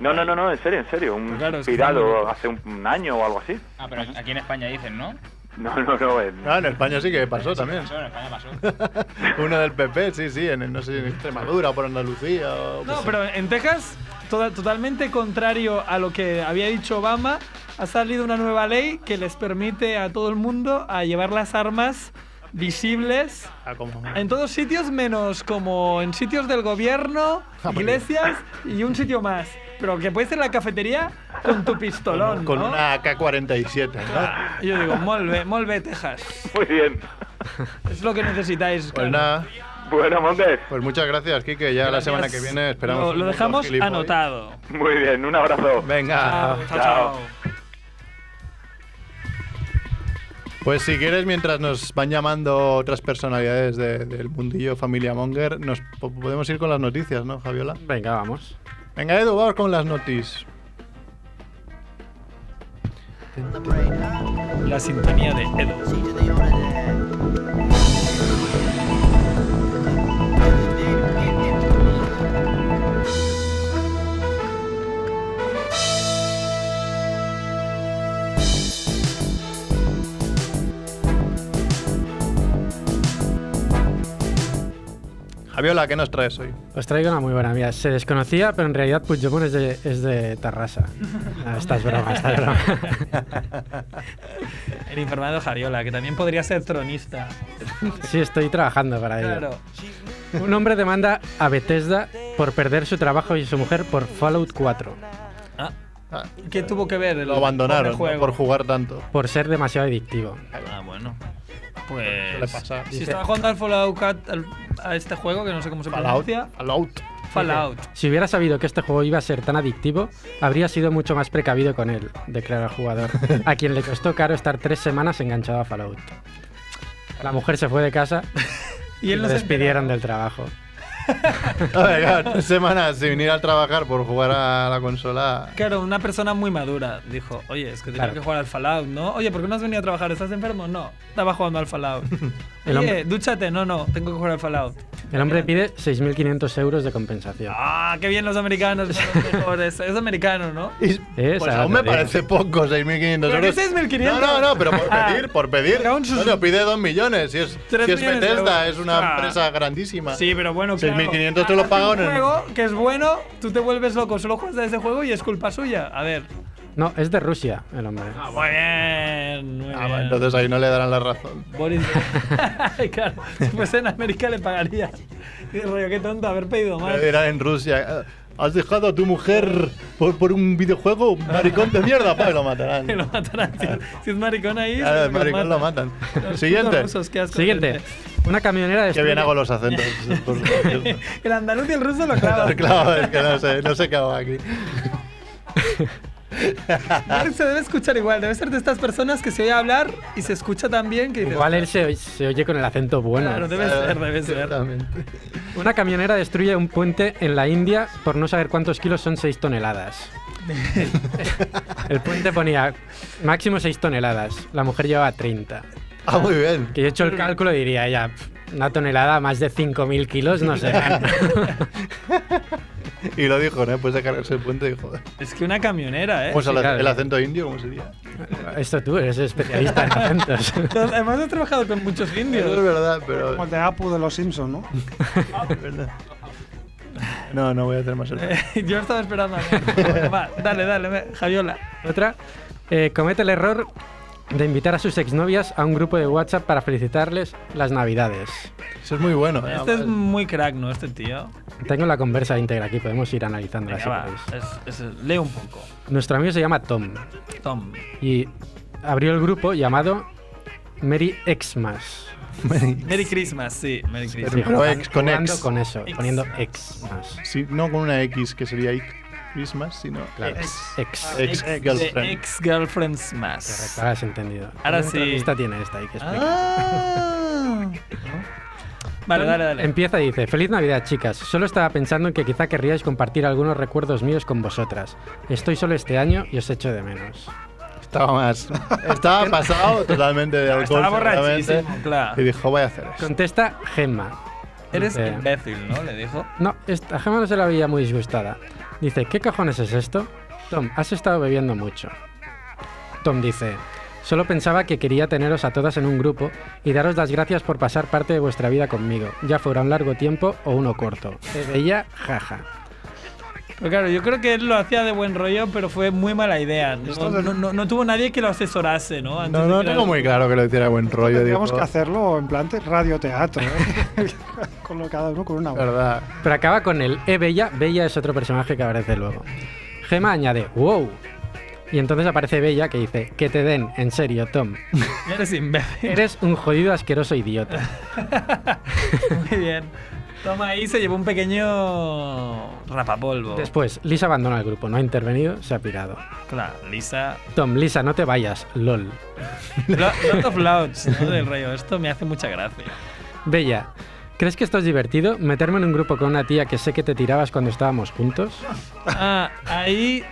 Speaker 10: No, no, no, no, en serio, en serio. Un
Speaker 4: Pero claro, es que
Speaker 10: pirado
Speaker 4: no-
Speaker 10: hace un, un año o algo así.
Speaker 7: Ah, pero aquí en España dicen, ¿no?
Speaker 10: No, no, no. en-
Speaker 3: Ah, en España sí que pasó también.
Speaker 7: Eso en España pasó.
Speaker 3: Uno del PP, sí, sí, en, no sé, en Extremadura o por Andalucía. o-
Speaker 4: No, pero en Texas, toda- totalmente contrario a lo que había dicho Obama, ha salido una nueva ley que les permite a todo el mundo a llevar las armas visibles
Speaker 3: Ah, como-
Speaker 4: en todos sitios menos como en sitios del gobierno,
Speaker 3: Ah, muy
Speaker 4: iglesias y un sitio más. Pero que puedes ir a la cafetería con tu pistolón,
Speaker 3: Con
Speaker 4: ¿no?
Speaker 3: una AK-47, ¿no?
Speaker 4: Y yo digo, molve, molve, Texas.
Speaker 10: Muy bien.
Speaker 4: Es lo que necesitáis.
Speaker 3: Pues
Speaker 4: claro.
Speaker 3: nada,
Speaker 10: Bueno, Montes,
Speaker 3: pues muchas gracias, Kike. Ya la
Speaker 4: Gracias.
Speaker 3: semana que viene esperamos.
Speaker 4: Lo,
Speaker 3: un
Speaker 4: lo
Speaker 3: mundo
Speaker 4: dejamos
Speaker 3: gilipollas.
Speaker 4: anotado.
Speaker 10: muy bien, un abrazo.
Speaker 3: Venga.
Speaker 4: Chao, chao,
Speaker 10: Chao.
Speaker 4: chao.
Speaker 3: Pues si quieres, mientras nos van llamando otras personalidades de- del mundillo familia Monger, nos po- podemos ir con las noticias, ¿no, Javiola?
Speaker 1: Venga, vamos.
Speaker 3: Venga, Edu, vamos con las noticias.
Speaker 4: La sintonía de Edu.
Speaker 3: Javiola, ¿qué nos traes hoy?
Speaker 1: Os traigo una muy buena mía. Se desconocía, pero en realidad Puigdemont es de, es de Tarrasa. Ah, Esta es broma, esta es broma.
Speaker 4: El informado Jariola, que también podría ser tronista.
Speaker 1: Sí, estoy trabajando para ello.
Speaker 4: Claro.
Speaker 1: Un hombre demanda a Bethesda por perder su trabajo y su mujer por Fallout 4,
Speaker 4: Ah,
Speaker 3: Ah,
Speaker 4: ¿Qué tuvo que ver? el-
Speaker 3: lo abandonaron
Speaker 4: con el
Speaker 3: ¿no?
Speaker 4: juego?
Speaker 3: por jugar tanto.
Speaker 1: por ser demasiado adictivo.
Speaker 4: Ah, bueno.
Speaker 3: Suele
Speaker 4: Pues.
Speaker 3: pasar.
Speaker 4: Si estaba jugando al Fallout Cat- al- a este juego, que no sé cómo se
Speaker 3: Fallout.
Speaker 4: pronuncia.
Speaker 3: Fallout.
Speaker 4: Fallout.
Speaker 1: Si hubiera sabido que este juego iba a ser tan adictivo, habría sido mucho más precavido con él, declara el jugador, a quien le costó caro estar tres semanas enganchado a Fallout. La mujer se fue de casa y,
Speaker 4: Y él
Speaker 1: lo
Speaker 4: no se
Speaker 1: despidieron del trabajo.
Speaker 3: A ver, claro, tres semanas sin venir al trabajar por jugar a la consola.
Speaker 4: Claro, una persona muy madura dijo: Oye, es que tenía
Speaker 1: Claro.
Speaker 4: que jugar al Fallout, ¿no? Oye, ¿por qué no has venido a trabajar? ¿Estás enfermo? No, estaba jugando al Fallout.
Speaker 1: El
Speaker 4: Oye,
Speaker 1: hombre-
Speaker 4: dúchate. No, no, tengo que jugar al Fallout.
Speaker 1: El hombre pide 6.500 euros de compensación.
Speaker 4: ¡Ah, qué bien los americanos! son los mejores. es americano, ¿no?
Speaker 3: Y-
Speaker 1: Esa,
Speaker 3: pues aún me
Speaker 1: te digo.
Speaker 3: parece poco, 6.500
Speaker 4: ¿Pero qué
Speaker 3: euros.
Speaker 4: 6.500?
Speaker 3: No, no, no, pero por
Speaker 4: Ah.
Speaker 3: pedir, por pedir.
Speaker 4: Pero aún sus-
Speaker 3: No, no, pide 2 millones. Si es,
Speaker 4: Tres
Speaker 3: si es
Speaker 4: millones de
Speaker 3: Bethesda,
Speaker 4: euros.
Speaker 3: es una
Speaker 4: Ah.
Speaker 3: empresa grandísima.
Speaker 4: Sí, pero bueno, claro. Ah,
Speaker 3: 6.500 te
Speaker 4: Haces
Speaker 3: lo
Speaker 4: un
Speaker 3: pagan en-
Speaker 4: juego que es bueno, tú te vuelves loco, solo juegas a ese juego y es culpa suya. A ver.
Speaker 1: No, es de Rusia el hombre.
Speaker 4: Muy bien, muy
Speaker 3: Ah,
Speaker 4: bien.
Speaker 3: bueno, entonces ahí no le darán la razón.
Speaker 4: Boris. claro, si fuese en América le pagaría. Qué rollo, qué tonto haber pedido más.
Speaker 3: Le dirán en Rusia. "Eh, Has dejado a tu mujer por, por un videojuego, maricón de mierda, pa, y lo matarán.
Speaker 4: Que lo matarán. Si, si es maricón ahí.
Speaker 3: Claro,
Speaker 4: seguro
Speaker 3: el
Speaker 4: que
Speaker 3: maricón lo matan.
Speaker 4: Los putos
Speaker 3: Siguiente.
Speaker 4: rusos, qué asco
Speaker 1: Siguiente.
Speaker 4: gente.
Speaker 1: Una camionera
Speaker 3: Qué
Speaker 1: destruye...
Speaker 3: bien hago los acentos. Por-
Speaker 4: El andaluz y el ruso lo clavan.
Speaker 3: claro, es que no sé, no sé qué hago aquí.
Speaker 4: Marx se debe escuchar igual. Debe ser de estas personas que se oye hablar y se escucha también. Que dices,
Speaker 1: Igual él se, se oye con el acento bueno.
Speaker 4: Claro, debe ser, debe ser.
Speaker 3: Exactamente.
Speaker 1: Una camionera destruye un puente en la India por no saber cuántos kilos son 6 toneladas. El puente ponía máximo 6 toneladas. La mujer llevaba 30.
Speaker 3: Ah, muy bien.
Speaker 1: Que yo he hecho el cálculo y diría ya, pf, una tonelada más de 5.000 kilos, no sé.
Speaker 3: Y lo dijo, ¿no? Después de cargarse el puente, dijo.
Speaker 4: Es que una camionera, ¿eh?
Speaker 3: ¿Cómo es el,
Speaker 1: claro.
Speaker 3: el acento indio? ¿Cómo sería?
Speaker 1: Esto tú eres especialista en acentos.
Speaker 4: Además, he trabajado con muchos
Speaker 3: Eso es
Speaker 4: indios.
Speaker 3: verdad,
Speaker 2: Como el
Speaker 3: pero.
Speaker 2: de Apu de los Simpsons, ¿no?
Speaker 3: es verdad. No, no voy a hacer más
Speaker 2: Eh,
Speaker 3: el.
Speaker 4: Yo estaba esperando. a ver. Va, dale, dale, ve, Javiola.
Speaker 1: Otra, eh, comete el error de invitar a sus exnovias a un grupo de WhatsApp para felicitarles las navidades.
Speaker 3: Eso es muy bueno.
Speaker 4: Este es muy crack, ¿no? Este tío.
Speaker 1: Tengo la conversa íntegra aquí, podemos ir analizándola
Speaker 4: Venga,
Speaker 1: si
Speaker 4: va.
Speaker 1: queréis.
Speaker 4: Es- es- lee un poco.
Speaker 1: Nuestro amigo se llama Tom
Speaker 4: Tom.
Speaker 1: y abrió el grupo llamado Merry Xmas.
Speaker 4: Merry Christmas, sí. Merry
Speaker 1: Sí,
Speaker 4: Christmas.
Speaker 3: pero
Speaker 1: jugando-
Speaker 3: ex, con
Speaker 1: jugando
Speaker 3: ex.
Speaker 1: con eso,
Speaker 4: Ex.
Speaker 1: poniendo Xmas.
Speaker 3: Sí, no con una X, que sería X Christmas, sino ex,
Speaker 1: Ex.
Speaker 3: ex
Speaker 4: Ah, De
Speaker 3: girlfriend.
Speaker 4: ex girlfriends más.
Speaker 1: Correcto, ahora has entendido.
Speaker 4: Ahora
Speaker 1: ¿Qué otra
Speaker 4: sí.
Speaker 1: pista tiene esta ahí que explica?
Speaker 4: Ah. Vale, dale, dale.
Speaker 1: Empieza y dice, Feliz Navidad chicas, solo estaba pensando en que quizá querríais compartir algunos recuerdos míos con vosotras. Estoy solo este año y os echo de menos.
Speaker 3: Estaba más. Estaba pasado totalmente de alcohol.
Speaker 4: Estaba
Speaker 3: seguramente,
Speaker 4: borrachísimo, claro.
Speaker 3: Y dijo, voy a hacer eso.
Speaker 1: Contesta Gemma.
Speaker 4: Eres
Speaker 1: Dice,
Speaker 4: imbécil, ¿no? Le dijo.
Speaker 1: No, esta, a Gemma no se la veía muy disgustada. Dice, ¿qué cojones es esto? Tom, has estado bebiendo mucho. Tom dice, solo pensaba que quería teneros a todas en un grupo y daros las gracias por pasar parte de vuestra vida conmigo, ya fuera un largo tiempo o uno corto. Ella, jaja.
Speaker 4: Pero claro, yo creo que él lo hacía de buen rollo, pero fue muy mala idea. No,
Speaker 2: Esto de-
Speaker 4: no- no- no tuvo nadie que lo asesorase, ¿no? Antes
Speaker 3: No,
Speaker 4: de
Speaker 3: no
Speaker 4: crear-
Speaker 3: tengo muy claro que lo hiciera buen rollo.
Speaker 2: Tendríamos
Speaker 3: dijo.
Speaker 2: que hacerlo en plan te- radioteatro, ¿eh? con lo- cada uno con una voz.
Speaker 3: Verdad.
Speaker 1: Pero acaba con el E Bella. Bella es otro personaje que aparece luego. Gema añade, wow. Y entonces aparece Bella que dice, que te den, en serio, Tom.
Speaker 4: Eres imbécil.
Speaker 1: Eres un jodido asqueroso idiota.
Speaker 4: Muy bien. Toma ahí, se llevó un pequeño rapapolvo.
Speaker 1: Después, Lisa abandona el grupo, no ha intervenido, se ha pirado.
Speaker 4: Claro, Lisa.
Speaker 1: Tom, Lisa, no te vayas, lol.
Speaker 4: Lo- Lot of Louds, ¿no? Del rollo. Esto me hace mucha gracia.
Speaker 1: Bella, ¿crees que esto es divertido? ¿Meterme en un grupo con una tía que sé que te tirabas cuando estábamos juntos?
Speaker 4: Ah, ahí.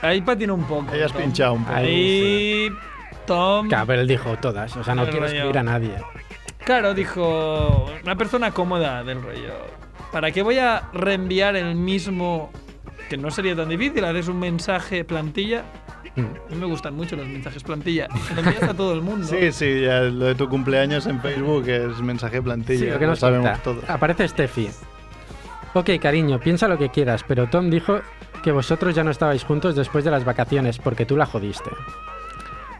Speaker 4: Ahí patina un poco.
Speaker 3: Ella has
Speaker 4: Tom.
Speaker 3: pinchado un poco.
Speaker 4: Ahí. Tom.
Speaker 1: Claro, pero él dijo todas, o sea, no
Speaker 4: Pero
Speaker 1: quiero
Speaker 4: yo-
Speaker 1: escribir a nadie.
Speaker 4: Claro, dijo. Una persona cómoda del rollo. ¿Para qué voy a reenviar el mismo? Que no sería tan difícil. Haces un mensaje plantilla.
Speaker 1: Mm.
Speaker 4: A mí me gustan mucho los mensajes plantilla. Y se lo envías a todo el mundo.
Speaker 3: Sí, sí, ya lo de tu cumpleaños en Facebook es mensaje plantilla,
Speaker 1: Sí, lo que
Speaker 3: lo
Speaker 1: nos
Speaker 3: sabemos
Speaker 1: cuenta.
Speaker 3: todos.
Speaker 1: Aparece Steffi. Ok, cariño, piensa lo que quieras, pero Tom dijo que vosotros ya no estabais juntos después de las vacaciones porque tú la jodiste.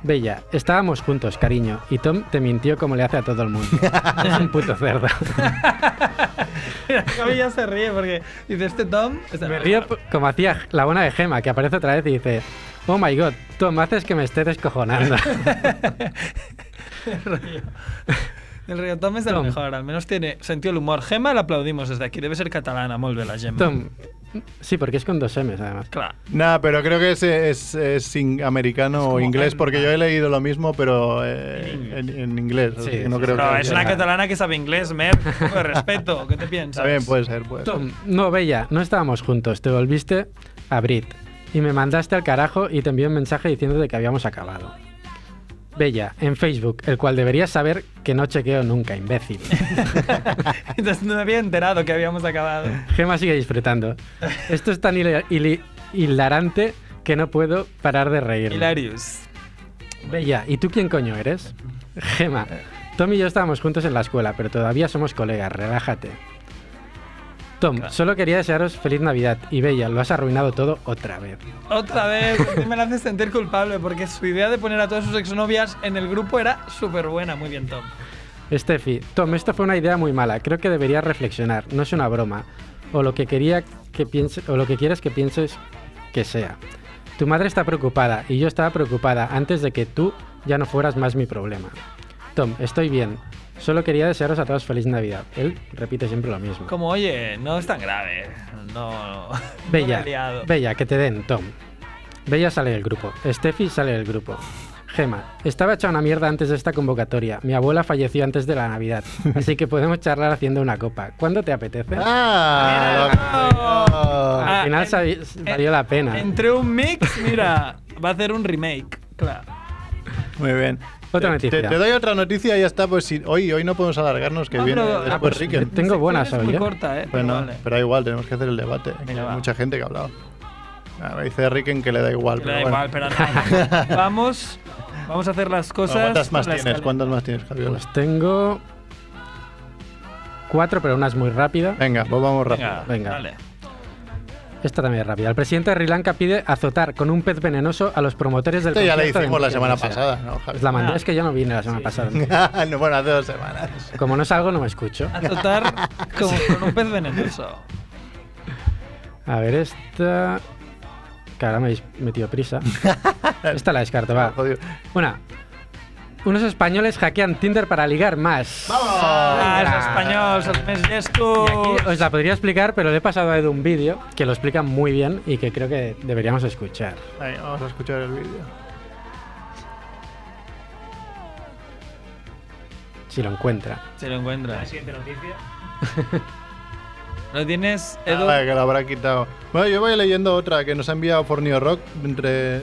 Speaker 1: Bella, estábamos juntos, cariño, y Tom te mintió como le hace a todo el mundo. es un puto cerdo.
Speaker 4: Mira, Javi ya se ríe porque dice este Tom. Este-
Speaker 1: Me río p- como hacía la buena de Gema, que aparece otra vez y dice: Oh my god, Tom, haces que me esté descojonando.
Speaker 4: El rollo. El rollo Tom es de lo
Speaker 1: Tom.
Speaker 4: mejor, al menos tiene sentido el humor. Gema la aplaudimos desde aquí, debe ser catalana, muy la Gemma.
Speaker 1: Tom, mm, sí, porque es con dos M's además.
Speaker 4: Claro.
Speaker 3: Nada, pero creo que es, es, es in- americano o
Speaker 4: como
Speaker 3: inglés,
Speaker 4: en-
Speaker 3: porque yo he leído lo mismo, pero eh, en, en inglés.
Speaker 1: Sí,
Speaker 3: así que no
Speaker 1: sí,
Speaker 3: creo
Speaker 1: sí.
Speaker 4: Pero
Speaker 3: que
Speaker 4: es
Speaker 1: sí.
Speaker 4: una catalana que sabe inglés, Mer. Un poco de respeto, ¿qué te piensas?
Speaker 3: Está bien, puede ser, puede ser.
Speaker 1: Tom, no, Bella, no estábamos juntos, te volviste a Brit y me mandaste al carajo y te envié un mensaje diciéndote que habíamos acabado. Bella, en Facebook, el cual deberías saber que no chequeo nunca, imbécil.
Speaker 4: Entonces no me había enterado que habíamos acabado.
Speaker 1: Gema sigue disfrutando. Esto es tan hila- hili- hilarante que no puedo parar de reírme.
Speaker 4: Hilarious.
Speaker 1: Bella, ¿y tú quién coño eres? Gema, Tom y yo estábamos juntos en la escuela, pero todavía somos colegas, relájate. Tom,
Speaker 4: Claro.
Speaker 1: solo quería desearos feliz Navidad y Bella, lo has arruinado todo otra vez.
Speaker 4: Otra vez, me la hace sentir culpable porque su idea de poner a todas sus exnovias en el grupo era súper buena. Muy bien, Tom.
Speaker 1: Steffi, Tom, esto fue una idea muy mala, creo que deberías reflexionar, no es una broma, o lo que quería que piense, o lo que quieres que pienses que sea. Tu madre está preocupada y yo estaba preocupada antes de que tú ya no fueras más mi problema. Tom, estoy bien. Solo quería desearos a todos feliz Navidad. Él repite siempre lo mismo.
Speaker 4: Como, oye, no es tan grave. ¿eh? No, no. no me
Speaker 1: Bella,
Speaker 4: he liado.
Speaker 1: Bella, que te den, Tom. Bella sale del grupo. Steffi sale del grupo. Gema, estaba hecha una mierda antes de esta convocatoria. Mi abuela falleció antes de la Navidad, así que podemos charlar haciendo una copa. ¿Cuándo te apetece?
Speaker 3: ¡Ah!
Speaker 1: Al
Speaker 4: Ah,
Speaker 1: final
Speaker 4: en-
Speaker 1: sabi-
Speaker 4: en-
Speaker 1: valió la pena.
Speaker 4: Entre un mix, mira, va a hacer un remake. Claro.
Speaker 3: lo- Muy bien.
Speaker 1: Otra
Speaker 3: Te-
Speaker 1: noticia.
Speaker 3: Te, doy otra noticia y ya está. Pues si, hoy, hoy no podemos alargarnos, que
Speaker 4: Ah,
Speaker 3: viene
Speaker 4: pero-
Speaker 3: después
Speaker 4: ah, pues,
Speaker 3: Ricky.
Speaker 1: yo Tengo
Speaker 4: Mi
Speaker 1: buenas
Speaker 4: sección es
Speaker 1: hoy, ¿eh?
Speaker 4: Muy corta, ¿eh?
Speaker 3: Bueno,
Speaker 4: Pero vale.
Speaker 3: pero da igual, tenemos que hacer el debate. que
Speaker 4: Venga,
Speaker 3: hay
Speaker 4: va.
Speaker 3: mucha gente que ha hablado. Ah, me dice Ricken que le da igual.
Speaker 4: Que
Speaker 3: pero
Speaker 4: da
Speaker 3: bueno.
Speaker 4: igual, pero nada. vamos, vamos a hacer las
Speaker 3: Bueno,
Speaker 4: cosas.
Speaker 3: ¿Cuántas más
Speaker 4: con la
Speaker 3: tienes?
Speaker 4: escala.
Speaker 3: ¿Cuántas más tienes, Javiola?
Speaker 1: Pues tengo cuatro, pero una es muy rápida.
Speaker 3: Venga, pues vamos rápido.
Speaker 4: Venga,
Speaker 1: Venga.
Speaker 4: Vale.
Speaker 1: Esta también es rápida. El presidente de Sri Lanka pide azotar con un pez venenoso a los promotores del
Speaker 3: Esto ya le
Speaker 1: concierto de
Speaker 3: hicimos la semana
Speaker 1: Murcia.
Speaker 3: pasada, ¿no, Javi?
Speaker 1: Pues la mandé, es que yo no vine la semana pasada.
Speaker 4: Ah.
Speaker 3: No, bueno, hace dos semanas.
Speaker 1: Como no salgo, no me escucho.
Speaker 4: Azotar como con un pez venenoso.
Speaker 1: A ver, esta. Que ahora me habéis metido prisa. Esta la descarto, va. Una. Unos españoles hackean Tinder para ligar más.
Speaker 4: ¡Ah, es español! ¡Sos més llestos!
Speaker 1: Os la podría explicar, pero le he pasado a Edu un vídeo que lo explica muy bien y que creo que deberíamos escuchar.
Speaker 3: Ahí, vamos a escuchar el vídeo.
Speaker 1: Si lo encuentra.
Speaker 4: Se lo encuentra. La siguiente
Speaker 7: noticia.
Speaker 4: ¿Lo tienes,
Speaker 3: Ah,
Speaker 4: Edu?
Speaker 3: que lo habrá quitado. Bueno, yo voy leyendo otra que nos ha enviado Fornio Rock entre-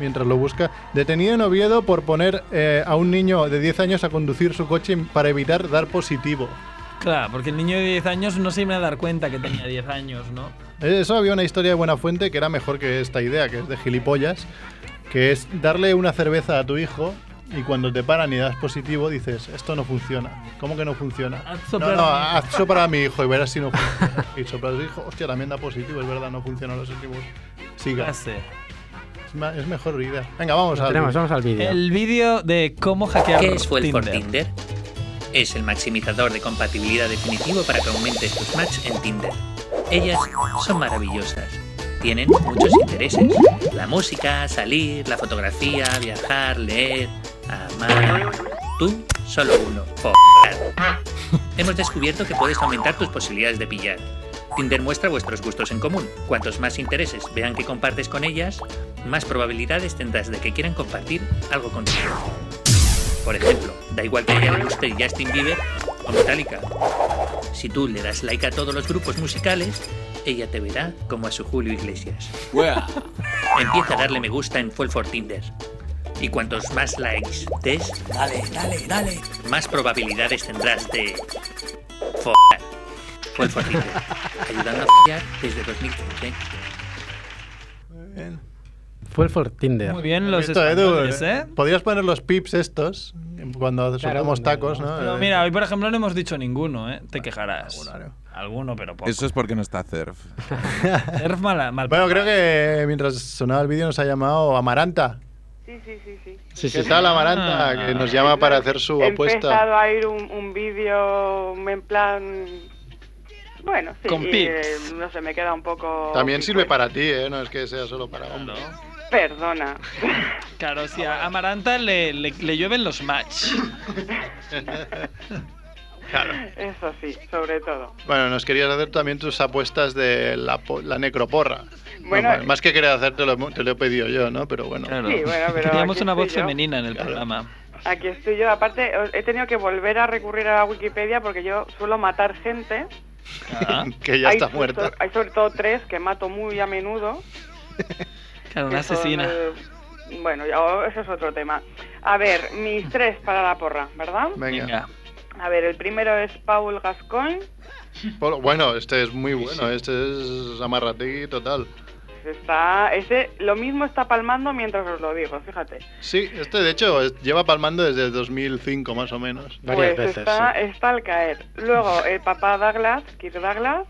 Speaker 3: mientras lo busca. Detenido en Oviedo por poner eh, a un niño de 10 años a conducir su coche para evitar dar positivo.
Speaker 4: Claro, porque el niño de 10 años no se iba a dar cuenta que tenía 10 años, ¿no?
Speaker 3: Eh, Eso había una historia de buena fuente que era mejor que esta idea, que es de gilipollas, que es darle una cerveza a tu hijo y cuando te paran y das positivo dices, esto no funciona. ¿Cómo que no funciona?
Speaker 4: Haz
Speaker 3: No,
Speaker 4: soplar
Speaker 3: no,
Speaker 4: a mi hijo".
Speaker 3: haz soplar a mi hijo y verás si no funciona. Y soplas a tu hijo, hostia, también da positivo, es verdad, no funcionan los últimos. Siga.
Speaker 4: Clase.
Speaker 3: Es, ma- es mejor idea. Venga, vamos
Speaker 1: Lo
Speaker 3: a
Speaker 1: tenemos, vamos al vídeo.
Speaker 4: El vídeo de cómo hackear
Speaker 11: ¿Qué es Well for
Speaker 4: Tinder.
Speaker 11: Tinder? Es el maximizador de compatibilidad definitivo para que aumentes tus match en Tinder. Ellas son maravillosas. Tienen muchos intereses. La música, salir, la fotografía, viajar, leer, amar. Tú, solo uno. Follar. Hemos descubierto que puedes aumentar tus posibilidades de pillar. Tinder muestra vuestros gustos en común. Cuantos más intereses vean que compartes con ellas, más probabilidades tendrás de que quieran compartir algo contigo. Por ejemplo, da igual que a ella le guste Justin Bieber o Metallica. Si tú le das like a todos los grupos musicales, ella te verá como a su Julio Iglesias. Empieza a darle me gusta en Fuel for Tinder. Y cuantos más likes des, dale, dale, dale, más probabilidades tendrás de follar. Fuel for Tinder, ayudando a follar desde 2015.
Speaker 1: Fue el for Tinder.
Speaker 4: Muy bien, los
Speaker 3: Esto, Edu,
Speaker 4: españoles, ¿eh?
Speaker 3: Podrías poner los pips estos cuando soltamos tacos, ¿no?
Speaker 4: No,
Speaker 3: Eh,
Speaker 4: mira, hoy por ejemplo no hemos dicho ninguno, ¿eh? Te quejarás.
Speaker 3: Alguno,
Speaker 4: Alguno, pero poco.
Speaker 5: Eso es porque no está CERF.
Speaker 4: Surf mala- mal
Speaker 3: Bueno, creo que mientras sonaba el vídeo nos ha llamado Amaranta.
Speaker 12: Sí, sí, sí, sí.
Speaker 3: ¿Qué tal Amaranta?
Speaker 4: Ah.
Speaker 3: Que nos llama para hacer su
Speaker 12: He
Speaker 3: apuesta.
Speaker 12: empezado a ir un, un vídeo en plan... Bueno, sí.
Speaker 3: Con
Speaker 12: eh,
Speaker 3: pics.
Speaker 12: no sé, me queda un poco...
Speaker 3: También sirve para ti, ¿eh? No es que sea solo para hombres.
Speaker 12: Perdona.
Speaker 4: Claro, si a Amaranta le, le- le llueven los match.
Speaker 12: Eso sí, sobre todo.
Speaker 3: Bueno, nos querías hacer también tus apuestas de la, po- la necroporra.
Speaker 12: Bueno,
Speaker 3: No, más que querer hacerte, lo, te lo he pedido yo, ¿no? Pero bueno.
Speaker 12: Sí, bueno, pero
Speaker 4: Teníamos
Speaker 12: aquí
Speaker 4: una
Speaker 12: estoy
Speaker 4: voz
Speaker 12: yo.
Speaker 4: femenina en el programa.
Speaker 12: Aquí estoy yo. Aparte, os- he tenido que volver a recurrir a la Wikipedia porque yo suelo matar gente.
Speaker 4: Ah.
Speaker 3: que ya
Speaker 12: Hay
Speaker 3: está
Speaker 12: so-
Speaker 3: muerta.
Speaker 12: hay sobre todo tres que mato muy a menudo.
Speaker 4: Claro, una
Speaker 12: que son,
Speaker 4: asesina.
Speaker 12: eh, bueno, ya, oh, eso es otro tema. A ver, mis tres para la porra, ¿verdad?
Speaker 3: Venga.
Speaker 12: A ver, el primero es Paul Gascoigne.
Speaker 3: Polo- Bueno, este es muy bueno. Este es amarrategui total.
Speaker 12: Está, ese, lo mismo está palmando mientras os lo digo, fíjate.
Speaker 3: Sí, este de hecho es- lleva palmando desde 2005 más o menos.
Speaker 12: pues está, está al caer. Luego, el papá Douglas, Kirk Douglas,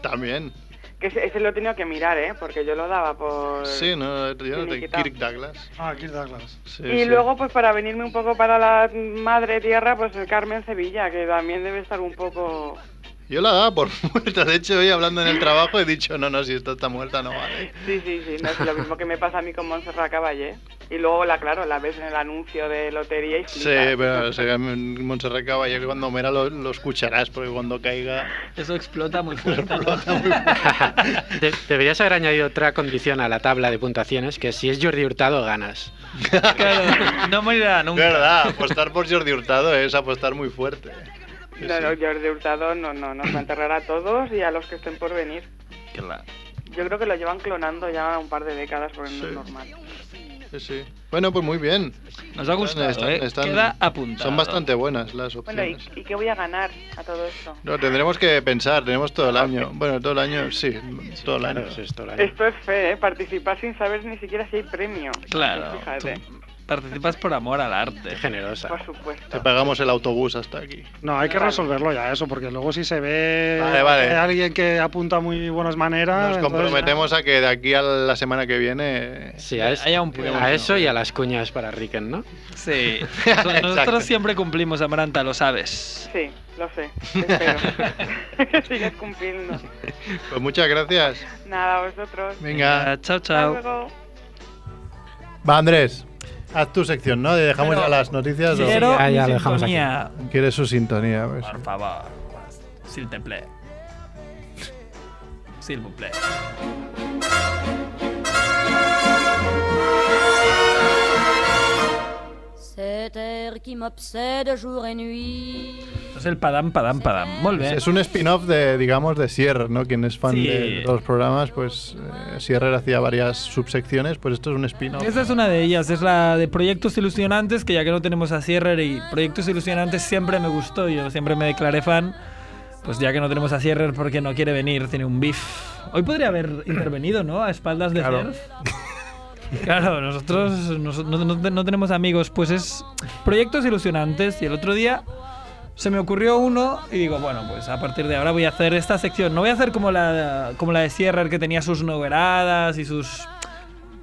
Speaker 3: También.
Speaker 12: que ese, ese lo he tenido que mirar, ¿eh? Porque yo lo daba por...
Speaker 3: Sí, no, yo no te...
Speaker 12: Pues Finiquitado.
Speaker 3: Kirk Douglas.
Speaker 2: Ah, Kirk Douglas.
Speaker 3: Sí,
Speaker 12: y
Speaker 3: sí.
Speaker 12: luego, pues para venirme un poco para la madre tierra, pues el Carmen Sevilla, que también debe estar un poco...
Speaker 3: Yo la daba por muerta. De hecho, hoy hablando en el trabajo he dicho, no, no, si esta está muerta no vale.
Speaker 12: Sí, sí, sí, no es lo mismo que me pasa a mí con Montserrat Caballé. Y luego, la claro, la ves en el anuncio de lotería y
Speaker 3: Sí,
Speaker 12: flipas.
Speaker 3: pero se Montserrat Caballé que cuando muera lo, lo escucharás, porque cuando caiga...
Speaker 4: Eso explota muy fuerte.
Speaker 1: De- deberías haber añadido otra condición a la tabla de puntuaciones, que si es Jordi Hurtado, ganas.
Speaker 4: Claro, no morirá nunca.
Speaker 3: verdad, apostar por Jordi Hurtado es apostar muy fuerte.
Speaker 12: No, no, Jordi Hurtado no, no, nos va a enterrar a todos y a los que estén por venir. Yo creo que lo llevan clonando ya un par de décadas porque no es normal.
Speaker 3: Sí, sí. Bueno, pues muy bien.
Speaker 4: Nos ha gustado, ¿eh? Queda apuntado.
Speaker 3: Son bastante buenas las
Speaker 12: Bueno, ¿y,
Speaker 3: opciones.
Speaker 12: y qué voy a ganar a todo esto?
Speaker 3: No, tendremos que pensar, tenemos todo el año. Bueno, todo el año, sí, todo el año.
Speaker 4: Eh,
Speaker 12: Esto es fe, ¿eh? Participar sin saber ni siquiera si hay premio.
Speaker 4: Claro.
Speaker 12: Fíjate.
Speaker 4: Participas por amor al arte. Qué
Speaker 3: generosa.
Speaker 12: Por supuesto.
Speaker 3: Te pagamos el autobús hasta aquí.
Speaker 2: No, hay que resolverlo ya eso, porque luego si se ve
Speaker 3: Vale, vale.
Speaker 2: eh, alguien que apunta muy buenas maneras...
Speaker 3: Nos
Speaker 2: entonces-
Speaker 3: comprometemos a que de aquí a la semana que viene.
Speaker 4: Eh,
Speaker 1: Sí, a, es- a eso y a las cuñas para Riken, ¿no?
Speaker 4: Sí.
Speaker 1: Exacto.
Speaker 4: Eh, Nosotros siempre cumplimos, Amaranta, lo sabes.
Speaker 12: Sí, lo sé. Espero que sigas cumpliendo.
Speaker 3: Pues muchas gracias.
Speaker 12: Nada, vosotros.
Speaker 3: Venga.
Speaker 4: Chao,
Speaker 12: Hasta luego.
Speaker 3: Va, Andrés. Haz tu sección, ¿no? ¿Le dejamos
Speaker 4: Pero
Speaker 3: ya las noticias? o-
Speaker 4: quiero Ya, ya, mi lo dejamos aquí. sintonía.
Speaker 3: Quiere su sintonía. pues.
Speaker 4: Por favor, s'il te plaît. S'il vous plaît.
Speaker 13: Cet air qui m'obsède jour et nuit.
Speaker 4: Es el padam, padam, padam. Molt bé.
Speaker 3: Es un spin-off de, digamos, de Sierra, ¿no? Quien es fan
Speaker 4: Sí.
Speaker 3: de los programas, pues eh, Sierra hacía varias subsecciones, pues esto es un spin-off.
Speaker 4: Esa es una de ellas, es la de Proyectos Ilusionantes, que ya que no tenemos a Sierrer y Proyectos Ilusionantes siempre me gustó, yo siempre me declaré fan. Pues ya que no tenemos a Sierrer porque no quiere venir, tiene un beef. Hoy podría haber intervenido, ¿no? A espaldas de
Speaker 3: Claro.
Speaker 4: Cerf. Claro, nosotros nos- no, no te- no tenemos amigos. Pues es Proyectos Ilusionantes y el otro día se me ocurrió uno y digo, bueno, pues a partir de ahora voy a hacer esta sección. No voy a hacer como la, como la de Sierrer que tenía sus noveladas y sus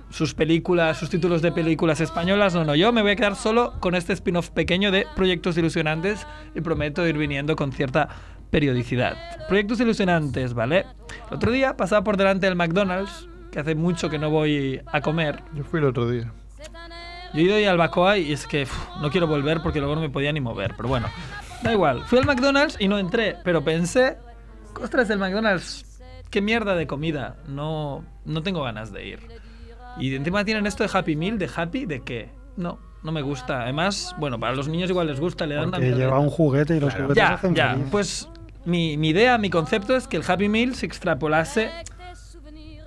Speaker 4: sus películas, sus títulos de películas españolas. No, no, yo me voy a quedar solo con este spin-off pequeño de Proyectos Ilusionantes y prometo ir viniendo con cierta periodicidad. Proyectos Ilusionantes, ¿vale? El otro día pasaba por delante del McDonald's, que hace mucho que no voy a comer.
Speaker 3: Yo fui el otro día.
Speaker 4: Yo he ido ahí al Bacoa y es que uf, no quiero volver porque luego no me podía ni mover, pero bueno, da igual. Fui al McDonald's y no entré, pero pensé, ostras, el McDonald's, qué mierda de comida, no, no tengo ganas de ir. Y encima tienen esto de Happy Meal, de Happy, de qué? No, no me gusta. Además, bueno, para los niños igual les gusta, le dan una
Speaker 2: Que lleva
Speaker 4: mierda.
Speaker 2: un juguete y los juguetes
Speaker 4: Ya,
Speaker 2: hacen
Speaker 4: ya,
Speaker 2: feliz.
Speaker 4: pues mi, mi idea, mi concepto es que el Happy Meal se extrapolase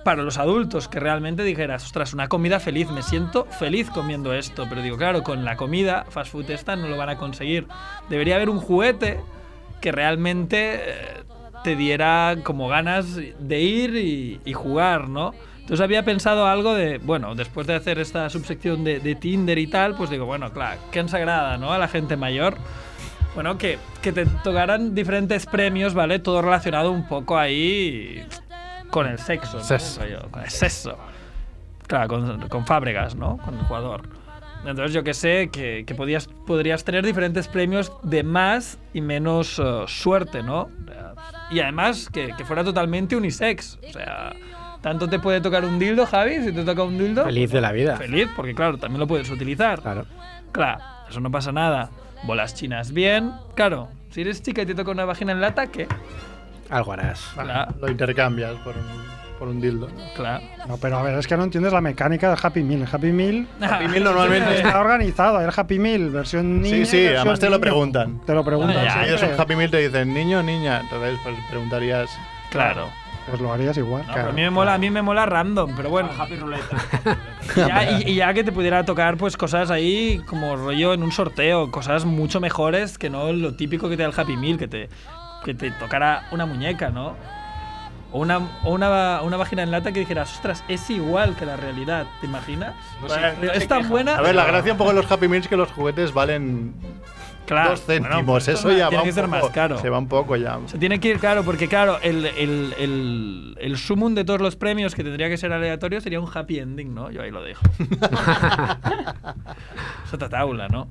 Speaker 4: para los adultos, que realmente dijeras, ostras, una comida feliz, me siento feliz comiendo esto, pero digo, claro, con la comida fast food esta no lo van a conseguir. Debería haber un juguete que realmente eh, te diera como ganas de ir y, y jugar, ¿no? Entonces había pensado algo de, bueno, después de hacer esta subsección de, de Tinder y tal, pues digo, bueno, claro, ¿qué nos agrada, ¿no? A la gente mayor. Bueno, que, que te tocaran diferentes premios, ¿vale? Todo relacionado un poco ahí con el sexo. ¿no?
Speaker 3: Sexo.
Speaker 4: Rollo, Con el sexo. Claro, con, con Fábregas, ¿no? Con el jugador. Entonces yo que sé, que, que podías, podrías tener diferentes premios de más y menos eh, suerte, ¿no? Y además que, que fuera totalmente unisex. O sea, tanto te puede tocar un dildo, Javi, si te toca un dildo.
Speaker 1: Feliz de la vida.
Speaker 4: Feliz, porque claro, también lo puedes utilizar. Claro. Claro, eso no pasa nada. Bolas chinas, bien. Claro, si eres chica y te toca una vagina en lata, ¿qué?
Speaker 1: Algo harás.
Speaker 4: Claro.
Speaker 3: Lo intercambias por un, por un dildo. ¿no?
Speaker 4: Claro.
Speaker 2: No, pero a ver, es que no entiendes la mecánica del Happy Meal. El Happy Meal,
Speaker 3: Happy Meal normalmente-
Speaker 2: está organizado. El Happy Meal, versión niña.
Speaker 3: Sí,
Speaker 2: y
Speaker 3: sí,
Speaker 2: versión
Speaker 3: además te lo
Speaker 2: niño.
Speaker 3: preguntan.
Speaker 2: Te lo preguntan.
Speaker 3: Si ellos
Speaker 2: siempre.
Speaker 3: un Happy Meal te dicen niño o niña, entonces pues preguntarías.
Speaker 4: Claro.
Speaker 2: Pues lo harías igual.
Speaker 4: No, pero a mí me mola, a mí me mola random, pero bueno. Happy ruleta. y, y ya que te pudiera tocar pues cosas ahí como rollo en un sorteo, cosas mucho mejores que no lo típico que te da el Happy Meal, que te, que te tocara una muñeca, ¿no? O una, o una, una vagina en lata que dijeras, ostras, es igual que la realidad, ¿te imaginas?
Speaker 3: Bueno,
Speaker 4: Pues, eh, es tan buena.
Speaker 3: A ver, la gracia un poco de los Happy Meals es que los juguetes valen
Speaker 4: Claro,
Speaker 3: dos céntimos.
Speaker 4: bueno, pues
Speaker 3: Eso
Speaker 4: esto
Speaker 3: ya
Speaker 4: tiene
Speaker 3: va
Speaker 4: que
Speaker 3: un
Speaker 4: ser
Speaker 3: poco-
Speaker 4: más caro.
Speaker 3: Se va un poco ya.
Speaker 4: Se tiene que ir, claro, porque claro, el, el, el, el sumum de todos los premios que tendría que ser aleatorio sería un happy ending, ¿no? Yo ahí lo dejo. Sota taula, ¿no?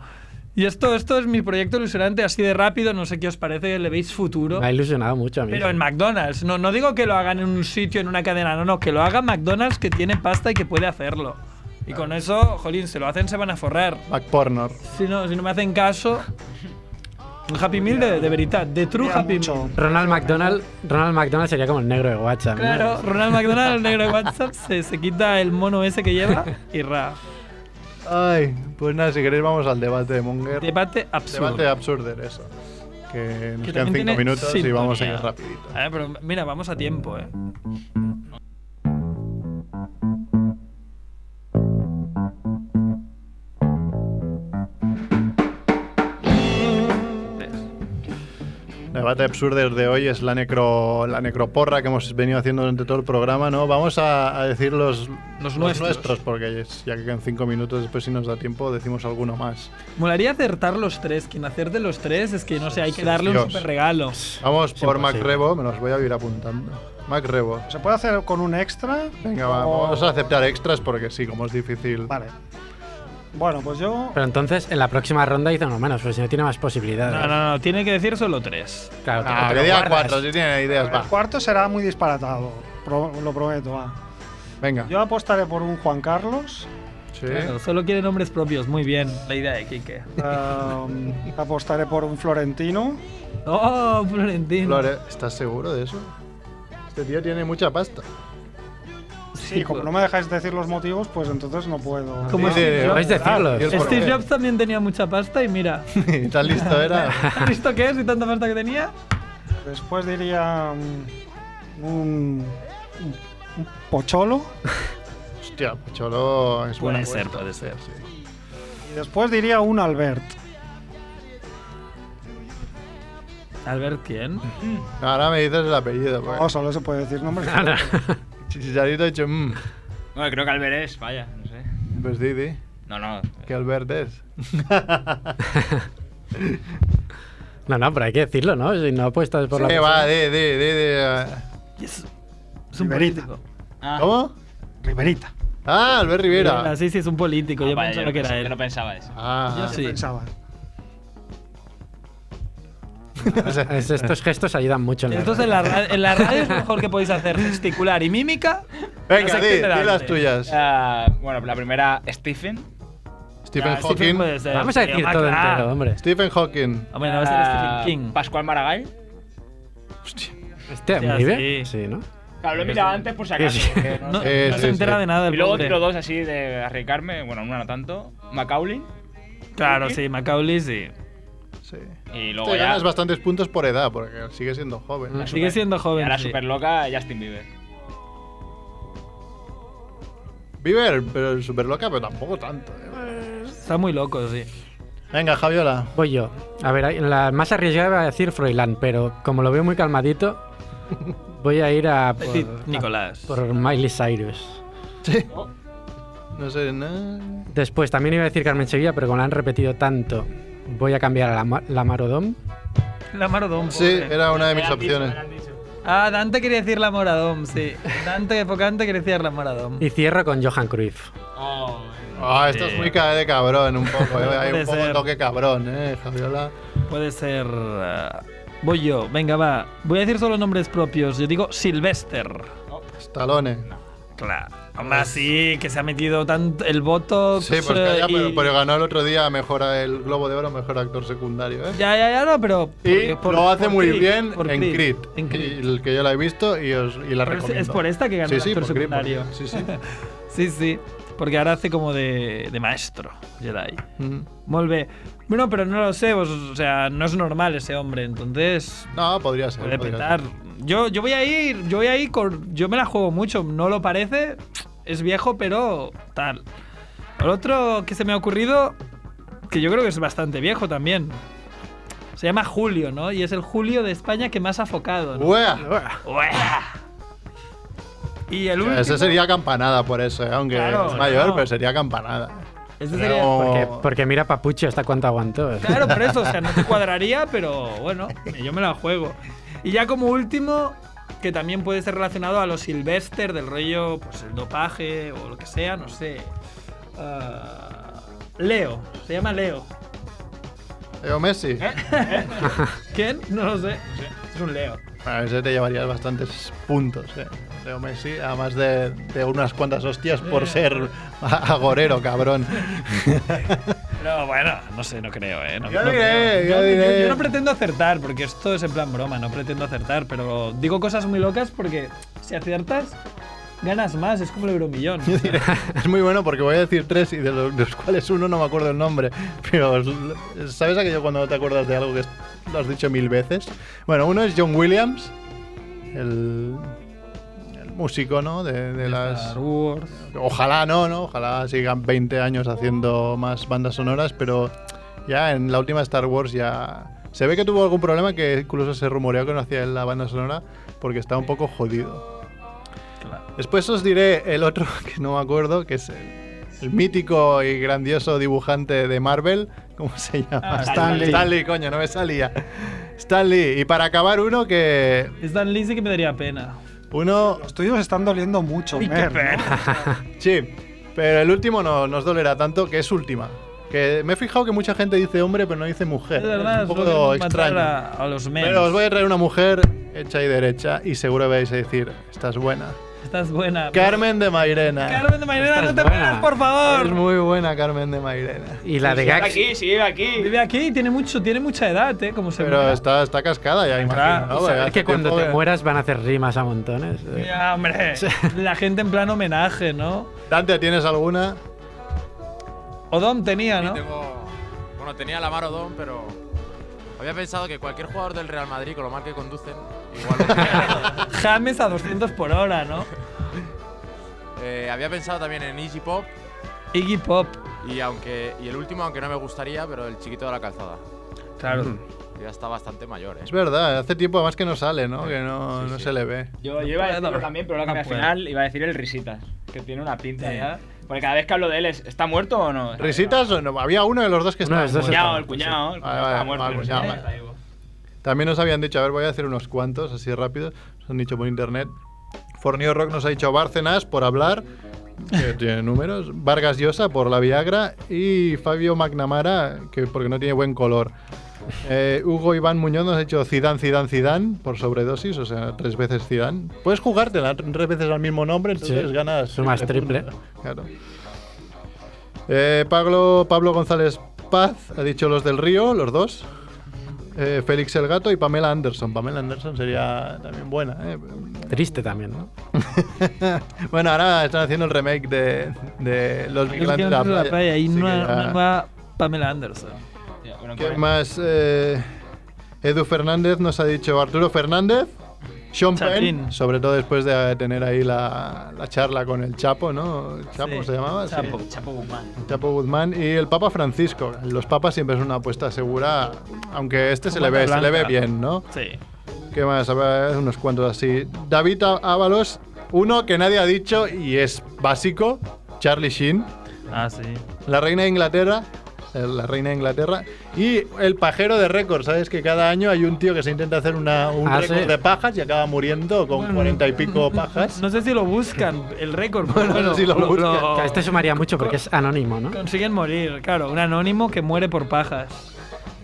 Speaker 4: Y esto, esto es mi proyecto ilusionante, así de rápido, no sé qué os parece, le veis futuro.
Speaker 1: Me ha ilusionado mucho a mí.
Speaker 4: Pero en McDonald's, no, no digo que lo hagan en un sitio, en una cadena, no, no, que lo haga McDonald's que tiene pasta y que puede hacerlo. Y con eso, jolín, se lo hacen, se van a forrar.
Speaker 3: McPornor.
Speaker 4: Si no, si no me hacen caso, un Happy Meal de, de veritat, de true Happy Meal.
Speaker 1: Ronald McDonald, Ronald McDonald sería como el negro de WhatsApp. ¿no?
Speaker 4: Claro, Ronald McDonald, el negro de WhatsApp, se, se quita el mono ese que lleva y ra.
Speaker 3: Ay, pues nada, si queréis vamos al debate de Monger.
Speaker 4: Debate absurdo.
Speaker 3: Debate absurdo, eso. Que nos
Speaker 4: Que
Speaker 3: quedan
Speaker 4: también
Speaker 3: cinco
Speaker 4: tiene
Speaker 3: minutos y vamos a ir
Speaker 4: sintonía.
Speaker 3: rapidito.
Speaker 4: A ver, pero mira, vamos a tiempo, eh.
Speaker 3: Da debate absurdo de hoy es la, necro, la necroporra que hemos venido haciendo durante todo el programa, ¿no? Vamos a, a decir los,
Speaker 4: los, nuestros.
Speaker 3: nuestros porque es, ya que en cinco minutos después, si nos da tiempo, decimos alguno más.
Speaker 4: Molaría acertar los tres. Quien acerte los tres es que, no sé, hay que darle Dios. un super regalo.
Speaker 3: Vamos por MacRebo, me los voy a ir apuntando. MacRebo.
Speaker 2: ¿Se puede hacer con un extra?
Speaker 3: Venga, va, o... vamos a aceptar extras porque sí, como es difícil.
Speaker 2: Vale. Bueno, pues yo.
Speaker 1: Pero entonces en la próxima ronda hizo uno menos, pues si no tiene más posibilidades.
Speaker 4: No, no, no, tiene que decir solo tres.
Speaker 3: Claro, ah, que diga cuatro, si tiene ideas, va.
Speaker 2: El cuarto será muy disparatado, pro lo prometo, va.
Speaker 3: Venga.
Speaker 2: Yo apostaré por un Juan Carlos.
Speaker 4: Sí. Claro, solo quiere nombres propios, muy bien, la idea de Kike.
Speaker 2: Um, apostaré por un Florentino.
Speaker 4: ¡Oh, Florentino!
Speaker 3: Flore ¿Estás seguro de eso? Este tío tiene mucha pasta.
Speaker 2: Sí,
Speaker 3: pues.
Speaker 2: como no me dejáis decir los motivos, pues entonces no puedo.
Speaker 4: Como Steve
Speaker 1: Jobs. decirlos.
Speaker 3: Este
Speaker 4: Steve Jobs también tenía mucha pasta y mira.
Speaker 3: y tan listo era.
Speaker 4: ¿Tan listo que es y tanta pasta que tenía?
Speaker 2: Después diría un, un pocholo.
Speaker 3: Hostia, pocholo es
Speaker 4: Puede
Speaker 3: buena
Speaker 4: ser,
Speaker 3: cuesta.
Speaker 4: puede ser. Sí.
Speaker 2: Y después diría un Albert.
Speaker 4: ¿Albert quién?
Speaker 3: Ahora me dices el apellido. Porque...
Speaker 2: No, solo se puede decir nombres.
Speaker 3: Chicharito ha dicho, mmm.
Speaker 7: Bueno, creo que Albert es, vaya, no sé.
Speaker 3: Pues Didi.
Speaker 7: No, no.
Speaker 3: Que Albert es.
Speaker 1: no, no, pero hay que decirlo, ¿no? Si no apuestas por
Speaker 3: sí,
Speaker 1: la.
Speaker 3: va, de, de, de. de
Speaker 4: uh... yes. Es un político.
Speaker 3: Ah. ¿Cómo?
Speaker 2: Riverita.
Speaker 3: Ah, Albert Rivera. Rivera.
Speaker 4: Sí, sí, es un político. Ah, yo vaya, pensaba
Speaker 7: yo
Speaker 4: que era
Speaker 7: pensé,
Speaker 4: él.
Speaker 7: Yo no pensaba eso.
Speaker 3: Ah,
Speaker 4: yo sí.
Speaker 2: pensaba.
Speaker 1: Es, estos gestos ayudan mucho. En
Speaker 4: Entonces, en la, ra en la radio es mejor que podéis hacer gesticular y mímica.
Speaker 3: Venga, no sé di, di las tuyas.
Speaker 7: Uh, bueno, la primera, Stephen.
Speaker 3: Stephen uh, Hawking.
Speaker 1: Stephen Vamos a decir Pero todo entero, ah. hombre.
Speaker 3: Stephen Hawking.
Speaker 4: Hombre, no va a
Speaker 2: Ah.
Speaker 4: ser Stephen King.
Speaker 7: Ah, Pascual Maragall.
Speaker 1: Hostia. Este vive. Sí. sí, ¿no?
Speaker 7: Claro, lo he mirado antes por si acaso.
Speaker 4: Sí, sí. No, no, se entera de nada.
Speaker 7: Y luego tiro dos así de arriesgarme. Bueno, una no tanto. Macaulay.
Speaker 4: Claro, sí, Macaulay sí.
Speaker 3: Sí.
Speaker 7: Y luego
Speaker 3: Te
Speaker 7: ya-
Speaker 3: ganas bastantes puntos por edad, porque sigue siendo joven.
Speaker 4: Sigue siendo joven.
Speaker 7: Era
Speaker 4: sí.
Speaker 7: súper loca Justin Bieber.
Speaker 3: Bieber, pero súper loca, pero tampoco tanto. ¿eh?
Speaker 4: Está muy loco, sí.
Speaker 3: Venga, Javiola.
Speaker 1: Voy yo. A ver, ahí- la más arriesgada iba a decir Froilán, pero como lo veo muy calmadito, voy a ir a por,
Speaker 4: Decid Nicolás.
Speaker 1: a- por Miley Cyrus.
Speaker 3: Sí. No sé, nada.
Speaker 1: Después también iba a decir Carmen Sevilla, pero como la han repetido tanto, voy a cambiar a la, Ma- la Marodom.
Speaker 4: La Marodom.
Speaker 3: Sí, era una de mis opciones.
Speaker 4: Ah, Dante quería decir la Moradom, sí. Dante Focante quería decir la Moradom.
Speaker 1: Y cierro con Johan Cruyff.
Speaker 3: Ah, esto es muy ca- de cabrón, un poco. ¿eh? Hay
Speaker 4: Oh, eh. Puede
Speaker 3: un poco de
Speaker 4: ser.
Speaker 3: toque cabrón, eh, Javiola.
Speaker 4: Puede ser. ah, voy yo, venga, va. Voy a decir solo nombres propios. Yo digo Sylvester.
Speaker 3: Oh. Stallone.
Speaker 4: Claro. Hombre, sí, que se ha metido tanto el voto.
Speaker 3: Sí, pues
Speaker 4: eh,
Speaker 3: calla,
Speaker 4: y-
Speaker 3: pero, pero ganó el otro día mejor el Globo de Oro, mejor actor secundario, ¿eh?
Speaker 4: Ya, ya, ya, no, pero.
Speaker 3: Y
Speaker 4: por-
Speaker 3: lo hace
Speaker 4: por
Speaker 3: muy
Speaker 4: Creed,
Speaker 3: bien
Speaker 4: por
Speaker 3: en Creed.
Speaker 4: En Creed.
Speaker 3: Y el que yo la he visto y, os, y la
Speaker 4: Pero es-
Speaker 3: recomiendo.
Speaker 4: es por esta que ganó
Speaker 3: sí,
Speaker 4: el
Speaker 3: sí,
Speaker 4: actor
Speaker 3: por Creed, por
Speaker 4: secundario.
Speaker 3: Creed. Sí, sí.
Speaker 4: Sí, sí. Porque ahora hace como de, de maestro, Jedi.
Speaker 3: Mm.
Speaker 4: Molt bé. Bueno, pero no lo sé, vos- o sea, no es normal ese hombre, entonces
Speaker 3: No, podría ser.
Speaker 4: puede
Speaker 3: podría
Speaker 4: petar.
Speaker 3: ser.
Speaker 4: Yo, yo voy a ir, yo voy a ir, con- yo me la juego mucho, no lo parece, es viejo, pero tal. El otro que se me ha ocurrido, que yo creo que es bastante viejo también, se llama Julio, ¿no? Y es el Julio de España que más ha focado, ¿no?
Speaker 3: Ué.
Speaker 4: Ué. Y el último...
Speaker 3: Ese sería campanada por eso, ¿eh? aunque
Speaker 4: Claro,
Speaker 3: es mayor,
Speaker 4: claro.
Speaker 3: pero sería campanada.
Speaker 4: Ese sería-
Speaker 3: Pero-
Speaker 1: Porque, porque mira Papucho hasta cuánto aguantó.
Speaker 4: Claro, por eso, o sea, no te cuadraría, pero bueno, yo me la juego. Y ya como último, que también puede ser relacionado a los Sylvester del rollo, pues el dopaje o lo que sea, no sé. Ah, Leo, se llama Leo.
Speaker 3: Leo Messi.
Speaker 7: Eh,
Speaker 4: ¿Quién? No lo sé. Es un Leo.
Speaker 3: Bueno, ese te llevarías bastantes puntos, ¿eh? Leo Messi, además de, de unas cuantas hostias por ser a- agorero, cabrón.
Speaker 4: No, bueno, no sé, no creo, ¿eh? No,
Speaker 3: Yo
Speaker 4: no
Speaker 3: diré,
Speaker 4: creo.
Speaker 3: yo diré.
Speaker 4: yo no pretendo acertar, porque esto es en plan broma, no pretendo acertar, pero digo cosas muy locas porque si aciertas, ganas más, es como el euromillón.
Speaker 3: es muy bueno porque voy a decir tres y de los, de los cuales uno no me acuerdo el nombre. Pero es- ¿sabes aquello cuando no te acuerdas de algo que es- lo has dicho mil veces? Bueno, uno es John Williams, el, el músico, ¿no? De, de las...
Speaker 4: Star Wars.
Speaker 3: Ojalá no, ¿no? Ojalá sigan 20 años haciendo más bandas sonoras, pero ya en la última Star Wars ya Se ve que tuvo algún problema que incluso se rumoreó que no hacía en la banda sonora porque estaba un poco jodido. Después os diré el otro que no me acuerdo, que es el, el mítico y grandioso dibujante de Marvel. ¿Cómo se llama?
Speaker 4: Ah, Stan Lee.
Speaker 3: Stan Lee, coño, no me salía. Stan Lee. Y para acabar, uno que.
Speaker 4: Stan Lee sí que me daría pena.
Speaker 3: Uno.
Speaker 2: Los tuyos están doliendo mucho,
Speaker 4: Uy, qué
Speaker 2: Mer, ¿no?
Speaker 3: sí, pero el último no nos dolerá tanto, que es última. Que me he fijado que mucha gente dice hombre, pero no dice mujer.
Speaker 4: Es verdad,
Speaker 3: un
Speaker 4: es lo
Speaker 3: poco
Speaker 4: que matar
Speaker 3: extraño.
Speaker 4: a- a los memes.
Speaker 3: Pero os voy a traer una mujer hecha y derecha y seguro vais a decir, estás buena.
Speaker 4: Estás buena.
Speaker 3: Carmen de Mairena.
Speaker 4: Carmen de Mairena, no te pares, por favor.
Speaker 3: Es muy buena Carmen de Mairena.
Speaker 1: Y
Speaker 4: la de Vive Gax.
Speaker 7: aquí, sí, vive aquí.
Speaker 4: Vive aquí, tiene, mucho, tiene mucha edad, ¿eh? Como se
Speaker 3: Pero
Speaker 4: muera.
Speaker 3: está, está cascada ya, imagino. ¿no?
Speaker 1: Y
Speaker 3: Porque
Speaker 1: saber
Speaker 3: hace
Speaker 1: que cuando
Speaker 3: tiempo
Speaker 1: te
Speaker 3: que-
Speaker 1: mueras van a hacer rimas a montones. eh.
Speaker 4: Ya, hombre. La gente en plan homenaje, ¿no?
Speaker 3: Dante, ¿tienes alguna?
Speaker 4: Odom tenía,
Speaker 14: Yo
Speaker 4: ¿no?
Speaker 14: tengo- Bueno, tenía la Maro Odom, pero había pensado que cualquier jugador del Real Madrid, con lo mal que conducen, igual.
Speaker 4: James a 200 por hora, ¿no?
Speaker 14: Eh, había pensado también en Iggy Pop
Speaker 4: Iggy Pop.
Speaker 14: y, aunque, y el último, aunque no me gustaría, pero el chiquito de la calzada.
Speaker 4: Claro.
Speaker 14: Ya está bastante mayor, ¿eh?
Speaker 3: Es verdad, hace tiempo además que no sale, ¿no? Que no, no se le ve.
Speaker 7: Yo, yo iba a decirlo
Speaker 4: Bueno,
Speaker 7: también, pero ahora que
Speaker 4: no
Speaker 7: al
Speaker 4: puede.
Speaker 7: final iba a decir el Risitas, que tiene una pinta
Speaker 4: Sí.
Speaker 7: ya. Porque cada vez que hablo de él, es- ¿está muerto o no?
Speaker 3: ¿Risitas o no? Había uno de los dos que
Speaker 7: Uno de
Speaker 3: estaba
Speaker 7: los dos
Speaker 3: muerto.
Speaker 7: estaba- El cuñado, el cuñado, el cuñado
Speaker 3: Vale,
Speaker 1: eh,
Speaker 3: vale,
Speaker 7: estaba muerto,
Speaker 3: vale,
Speaker 7: el
Speaker 3: cuñado,
Speaker 7: cuñado
Speaker 3: vale. También nos habían dicho, a ver, voy a hacer unos cuantos así rápidos. Nos han dicho por internet. Fornio Rock nos ha dicho Bárcenas por hablar, que tiene números. Vargas Llosa por la Viagra. Y Fabio McNamara, que porque no tiene buen color. Eh, Hugo Iván Muñoz nos ha dicho Zidane, Zidane, Zidane por sobredosis, o sea, tres veces Zidane. Puedes jugártela tres veces al mismo nombre, entonces
Speaker 1: Sí.
Speaker 3: ganas.
Speaker 1: Sumas triple.
Speaker 3: puntos. Claro. Eh, Pablo, Pablo González Paz ha dicho los del Río, los dos. Eh, Félix el Gato y Pamela Anderson. Pamela Anderson sería también buena. ¿eh?
Speaker 1: Triste también, ¿no?
Speaker 3: Bueno, ahora están haciendo el remake de, de Los Migrantes de la Playa.
Speaker 4: Y
Speaker 3: así que
Speaker 4: una,
Speaker 3: ya-
Speaker 4: una nueva Pamela Anderson.
Speaker 3: ¿Qué más? Eh, Edu Fernández nos ha dicho Arturo Fernández. Sean
Speaker 4: Chapín.
Speaker 3: Penn, sobre todo después de tener ahí la, la charla con el Chapo, ¿no? ¿Chapo se llamaba? Sí.
Speaker 7: Chapo, Chapo Guzmán.
Speaker 3: Chapo Guzmán y el Papa Francisco. Los papas siempre es una apuesta segura, aunque este se
Speaker 4: Como
Speaker 3: le ve,
Speaker 4: Blanca.
Speaker 3: se le ve bien, ¿no?
Speaker 4: Sí.
Speaker 3: ¿Qué más? A ver, unos cuantos así. David Á- Ábalos, uno que nadie ha dicho y es básico, Charlie Sheen,
Speaker 4: Ah, sí.
Speaker 3: la reina de Inglaterra, eh, la reina de Inglaterra y el pajero de récords, ¿sabes? Que cada año hay un tío que se intenta hacer una, un
Speaker 4: Ah,
Speaker 3: récord
Speaker 4: sí.
Speaker 3: de pajas y acaba muriendo con cuarenta y pico pajas.
Speaker 4: No sé si lo buscan, el récord. pero
Speaker 3: Bueno,
Speaker 4: bueno,
Speaker 3: si lo buscan.
Speaker 1: Claro, Este sumaría mucho porque es anónimo, ¿no?
Speaker 4: Consiguen morir, claro. Un anónimo que muere por pajas.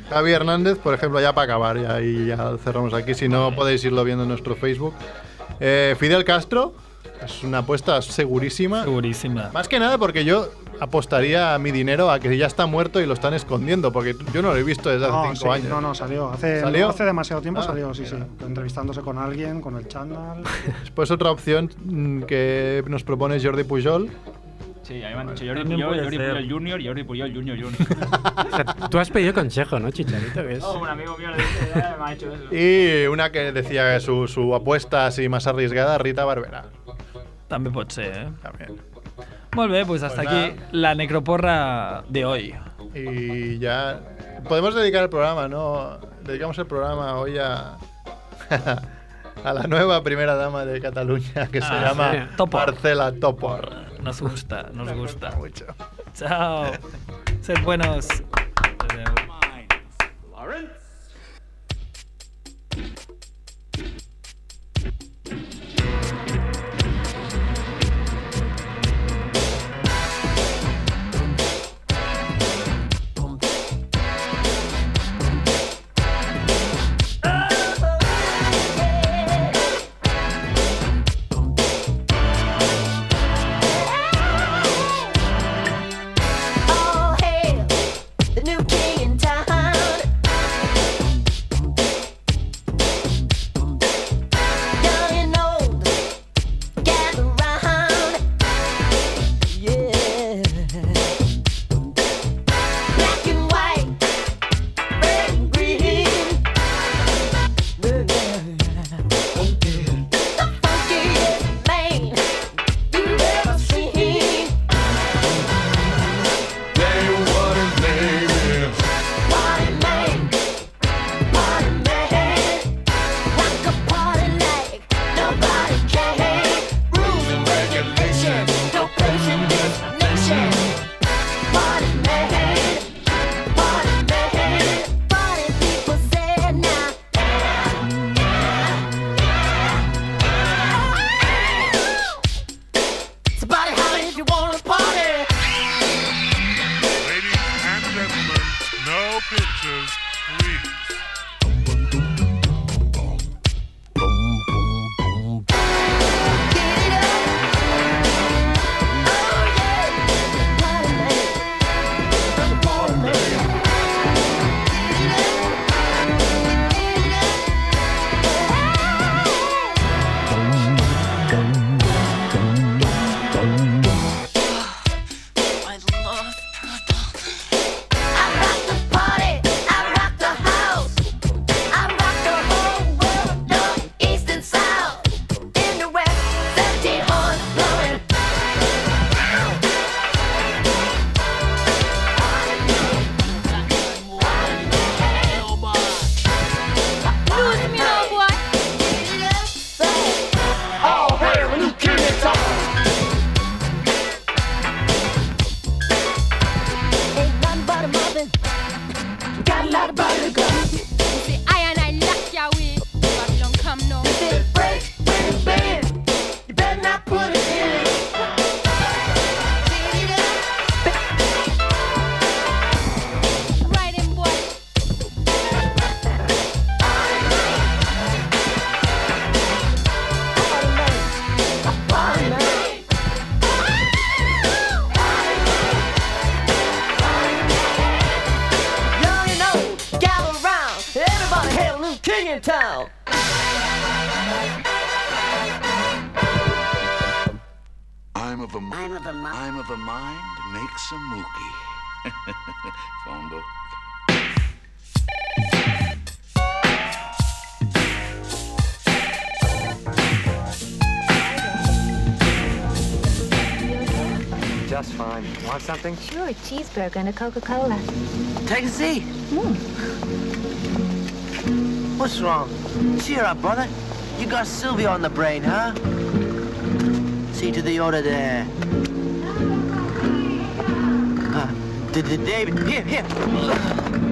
Speaker 3: Javi Hernández, por ejemplo, ya para acabar, ya, y ya cerramos aquí, si no podéis irlo viendo en nuestro Facebook. Eh, Fidel Castro, es una apuesta segurísima.
Speaker 4: Segurísima.
Speaker 3: Más que nada porque yo apostaría mi dinero a que ya está muerto y lo están escondiendo, porque yo no lo he visto desde hace
Speaker 2: No,
Speaker 3: cinco
Speaker 2: sí,
Speaker 3: años.
Speaker 2: no, no, salió. Hace,
Speaker 3: ¿Salió?
Speaker 2: hace demasiado tiempo
Speaker 3: Ah,
Speaker 2: salió, sí, sí. Entrevistándose con alguien, con el channel.
Speaker 3: Después Pues otra opción mm, que nos propone Jordi Pujol.
Speaker 7: Sí, a mí me han dicho Jordi
Speaker 4: También
Speaker 7: Puyol,
Speaker 4: puede
Speaker 7: Jordi
Speaker 4: ser.
Speaker 7: Puyol Junior, Jordi Puyol Junior Junior.
Speaker 1: Tú has pedido consejo, ¿no, Chicharito? Que es-
Speaker 7: Oh, un amigo mío le dice, "Eh, me ha hecho eso.
Speaker 3: Y una que decía su, su apuesta así más arriesgada, Rita Barbera.
Speaker 4: También pot ser, eh?
Speaker 3: También.
Speaker 4: Molt bé, pues hasta
Speaker 3: Pues
Speaker 4: aquí la necroporra de hoy.
Speaker 3: Y ya podemos dedicar el programa, ¿no? Dedicamos el programa hoy a, a la nueva primera dama de Cataluña que se
Speaker 4: Ah,
Speaker 3: llama
Speaker 4: sí. Topor.
Speaker 3: Marcela Topor.
Speaker 4: Nos gusta, nos gusta.
Speaker 3: Mucho.
Speaker 4: Chao. Sed buenos. Adeu.
Speaker 6: All hail the new king in town.
Speaker 15: King in town.
Speaker 16: I'm of a mind. I'm of a mind. I'm of a mind. Makes a mookie. Phone book.
Speaker 17: Just fine. Want something?
Speaker 18: Sure, a cheeseburger and a Coca-Cola. Hmm.
Speaker 17: Take a seat. What's wrong? Cheer up, brother. You got Sylvia on the brain, huh? See to the order there. Uh, d- d- David, here, here.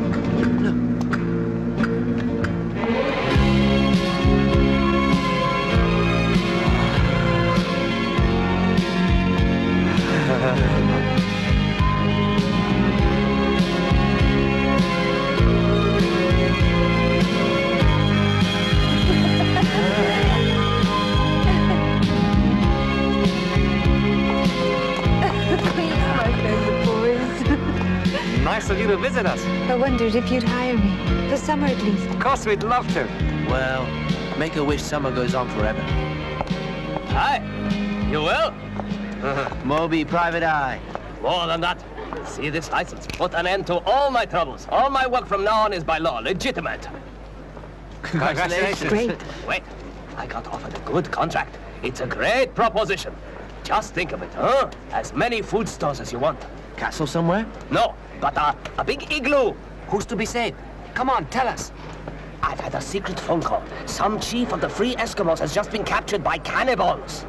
Speaker 18: Please, my favorite boys.
Speaker 17: Nice of you to visit us.
Speaker 18: I wondered if you'd hire me. For summer at least.
Speaker 17: Of course, we'd love to. Well, make a wish summer goes on forever. Hi. You will? Moby, private eye.
Speaker 19: More than that. See this license. Put an end to all my troubles. All my work from now on is by law legitimate.
Speaker 17: Congratulations. Great.
Speaker 19: Wait, I got offered a good contract. It's a great proposition. Just think of it, huh? As many food stores as you want.
Speaker 17: Castle somewhere?
Speaker 19: No, but a, a big igloo. Who's to be saved? Come on, tell us. I've had a secret phone call. Some chief of the Free Eskimos has just been captured by cannibals.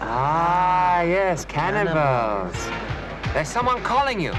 Speaker 17: Ah, yes, cannibals. There's someone calling you.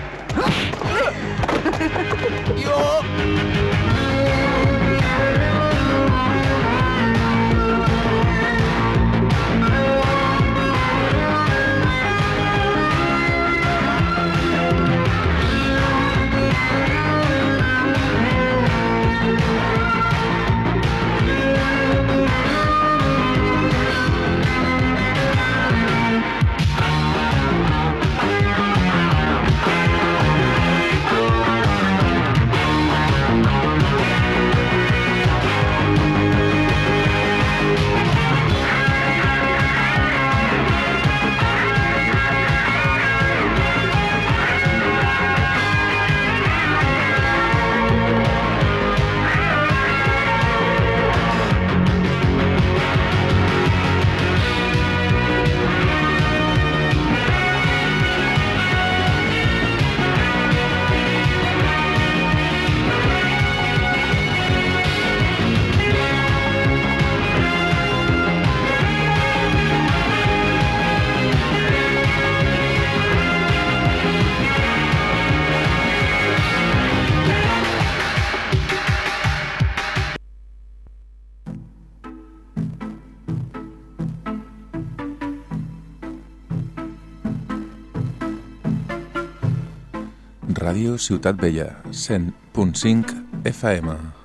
Speaker 5: Radio Ciutat Vella, 100.5 FM.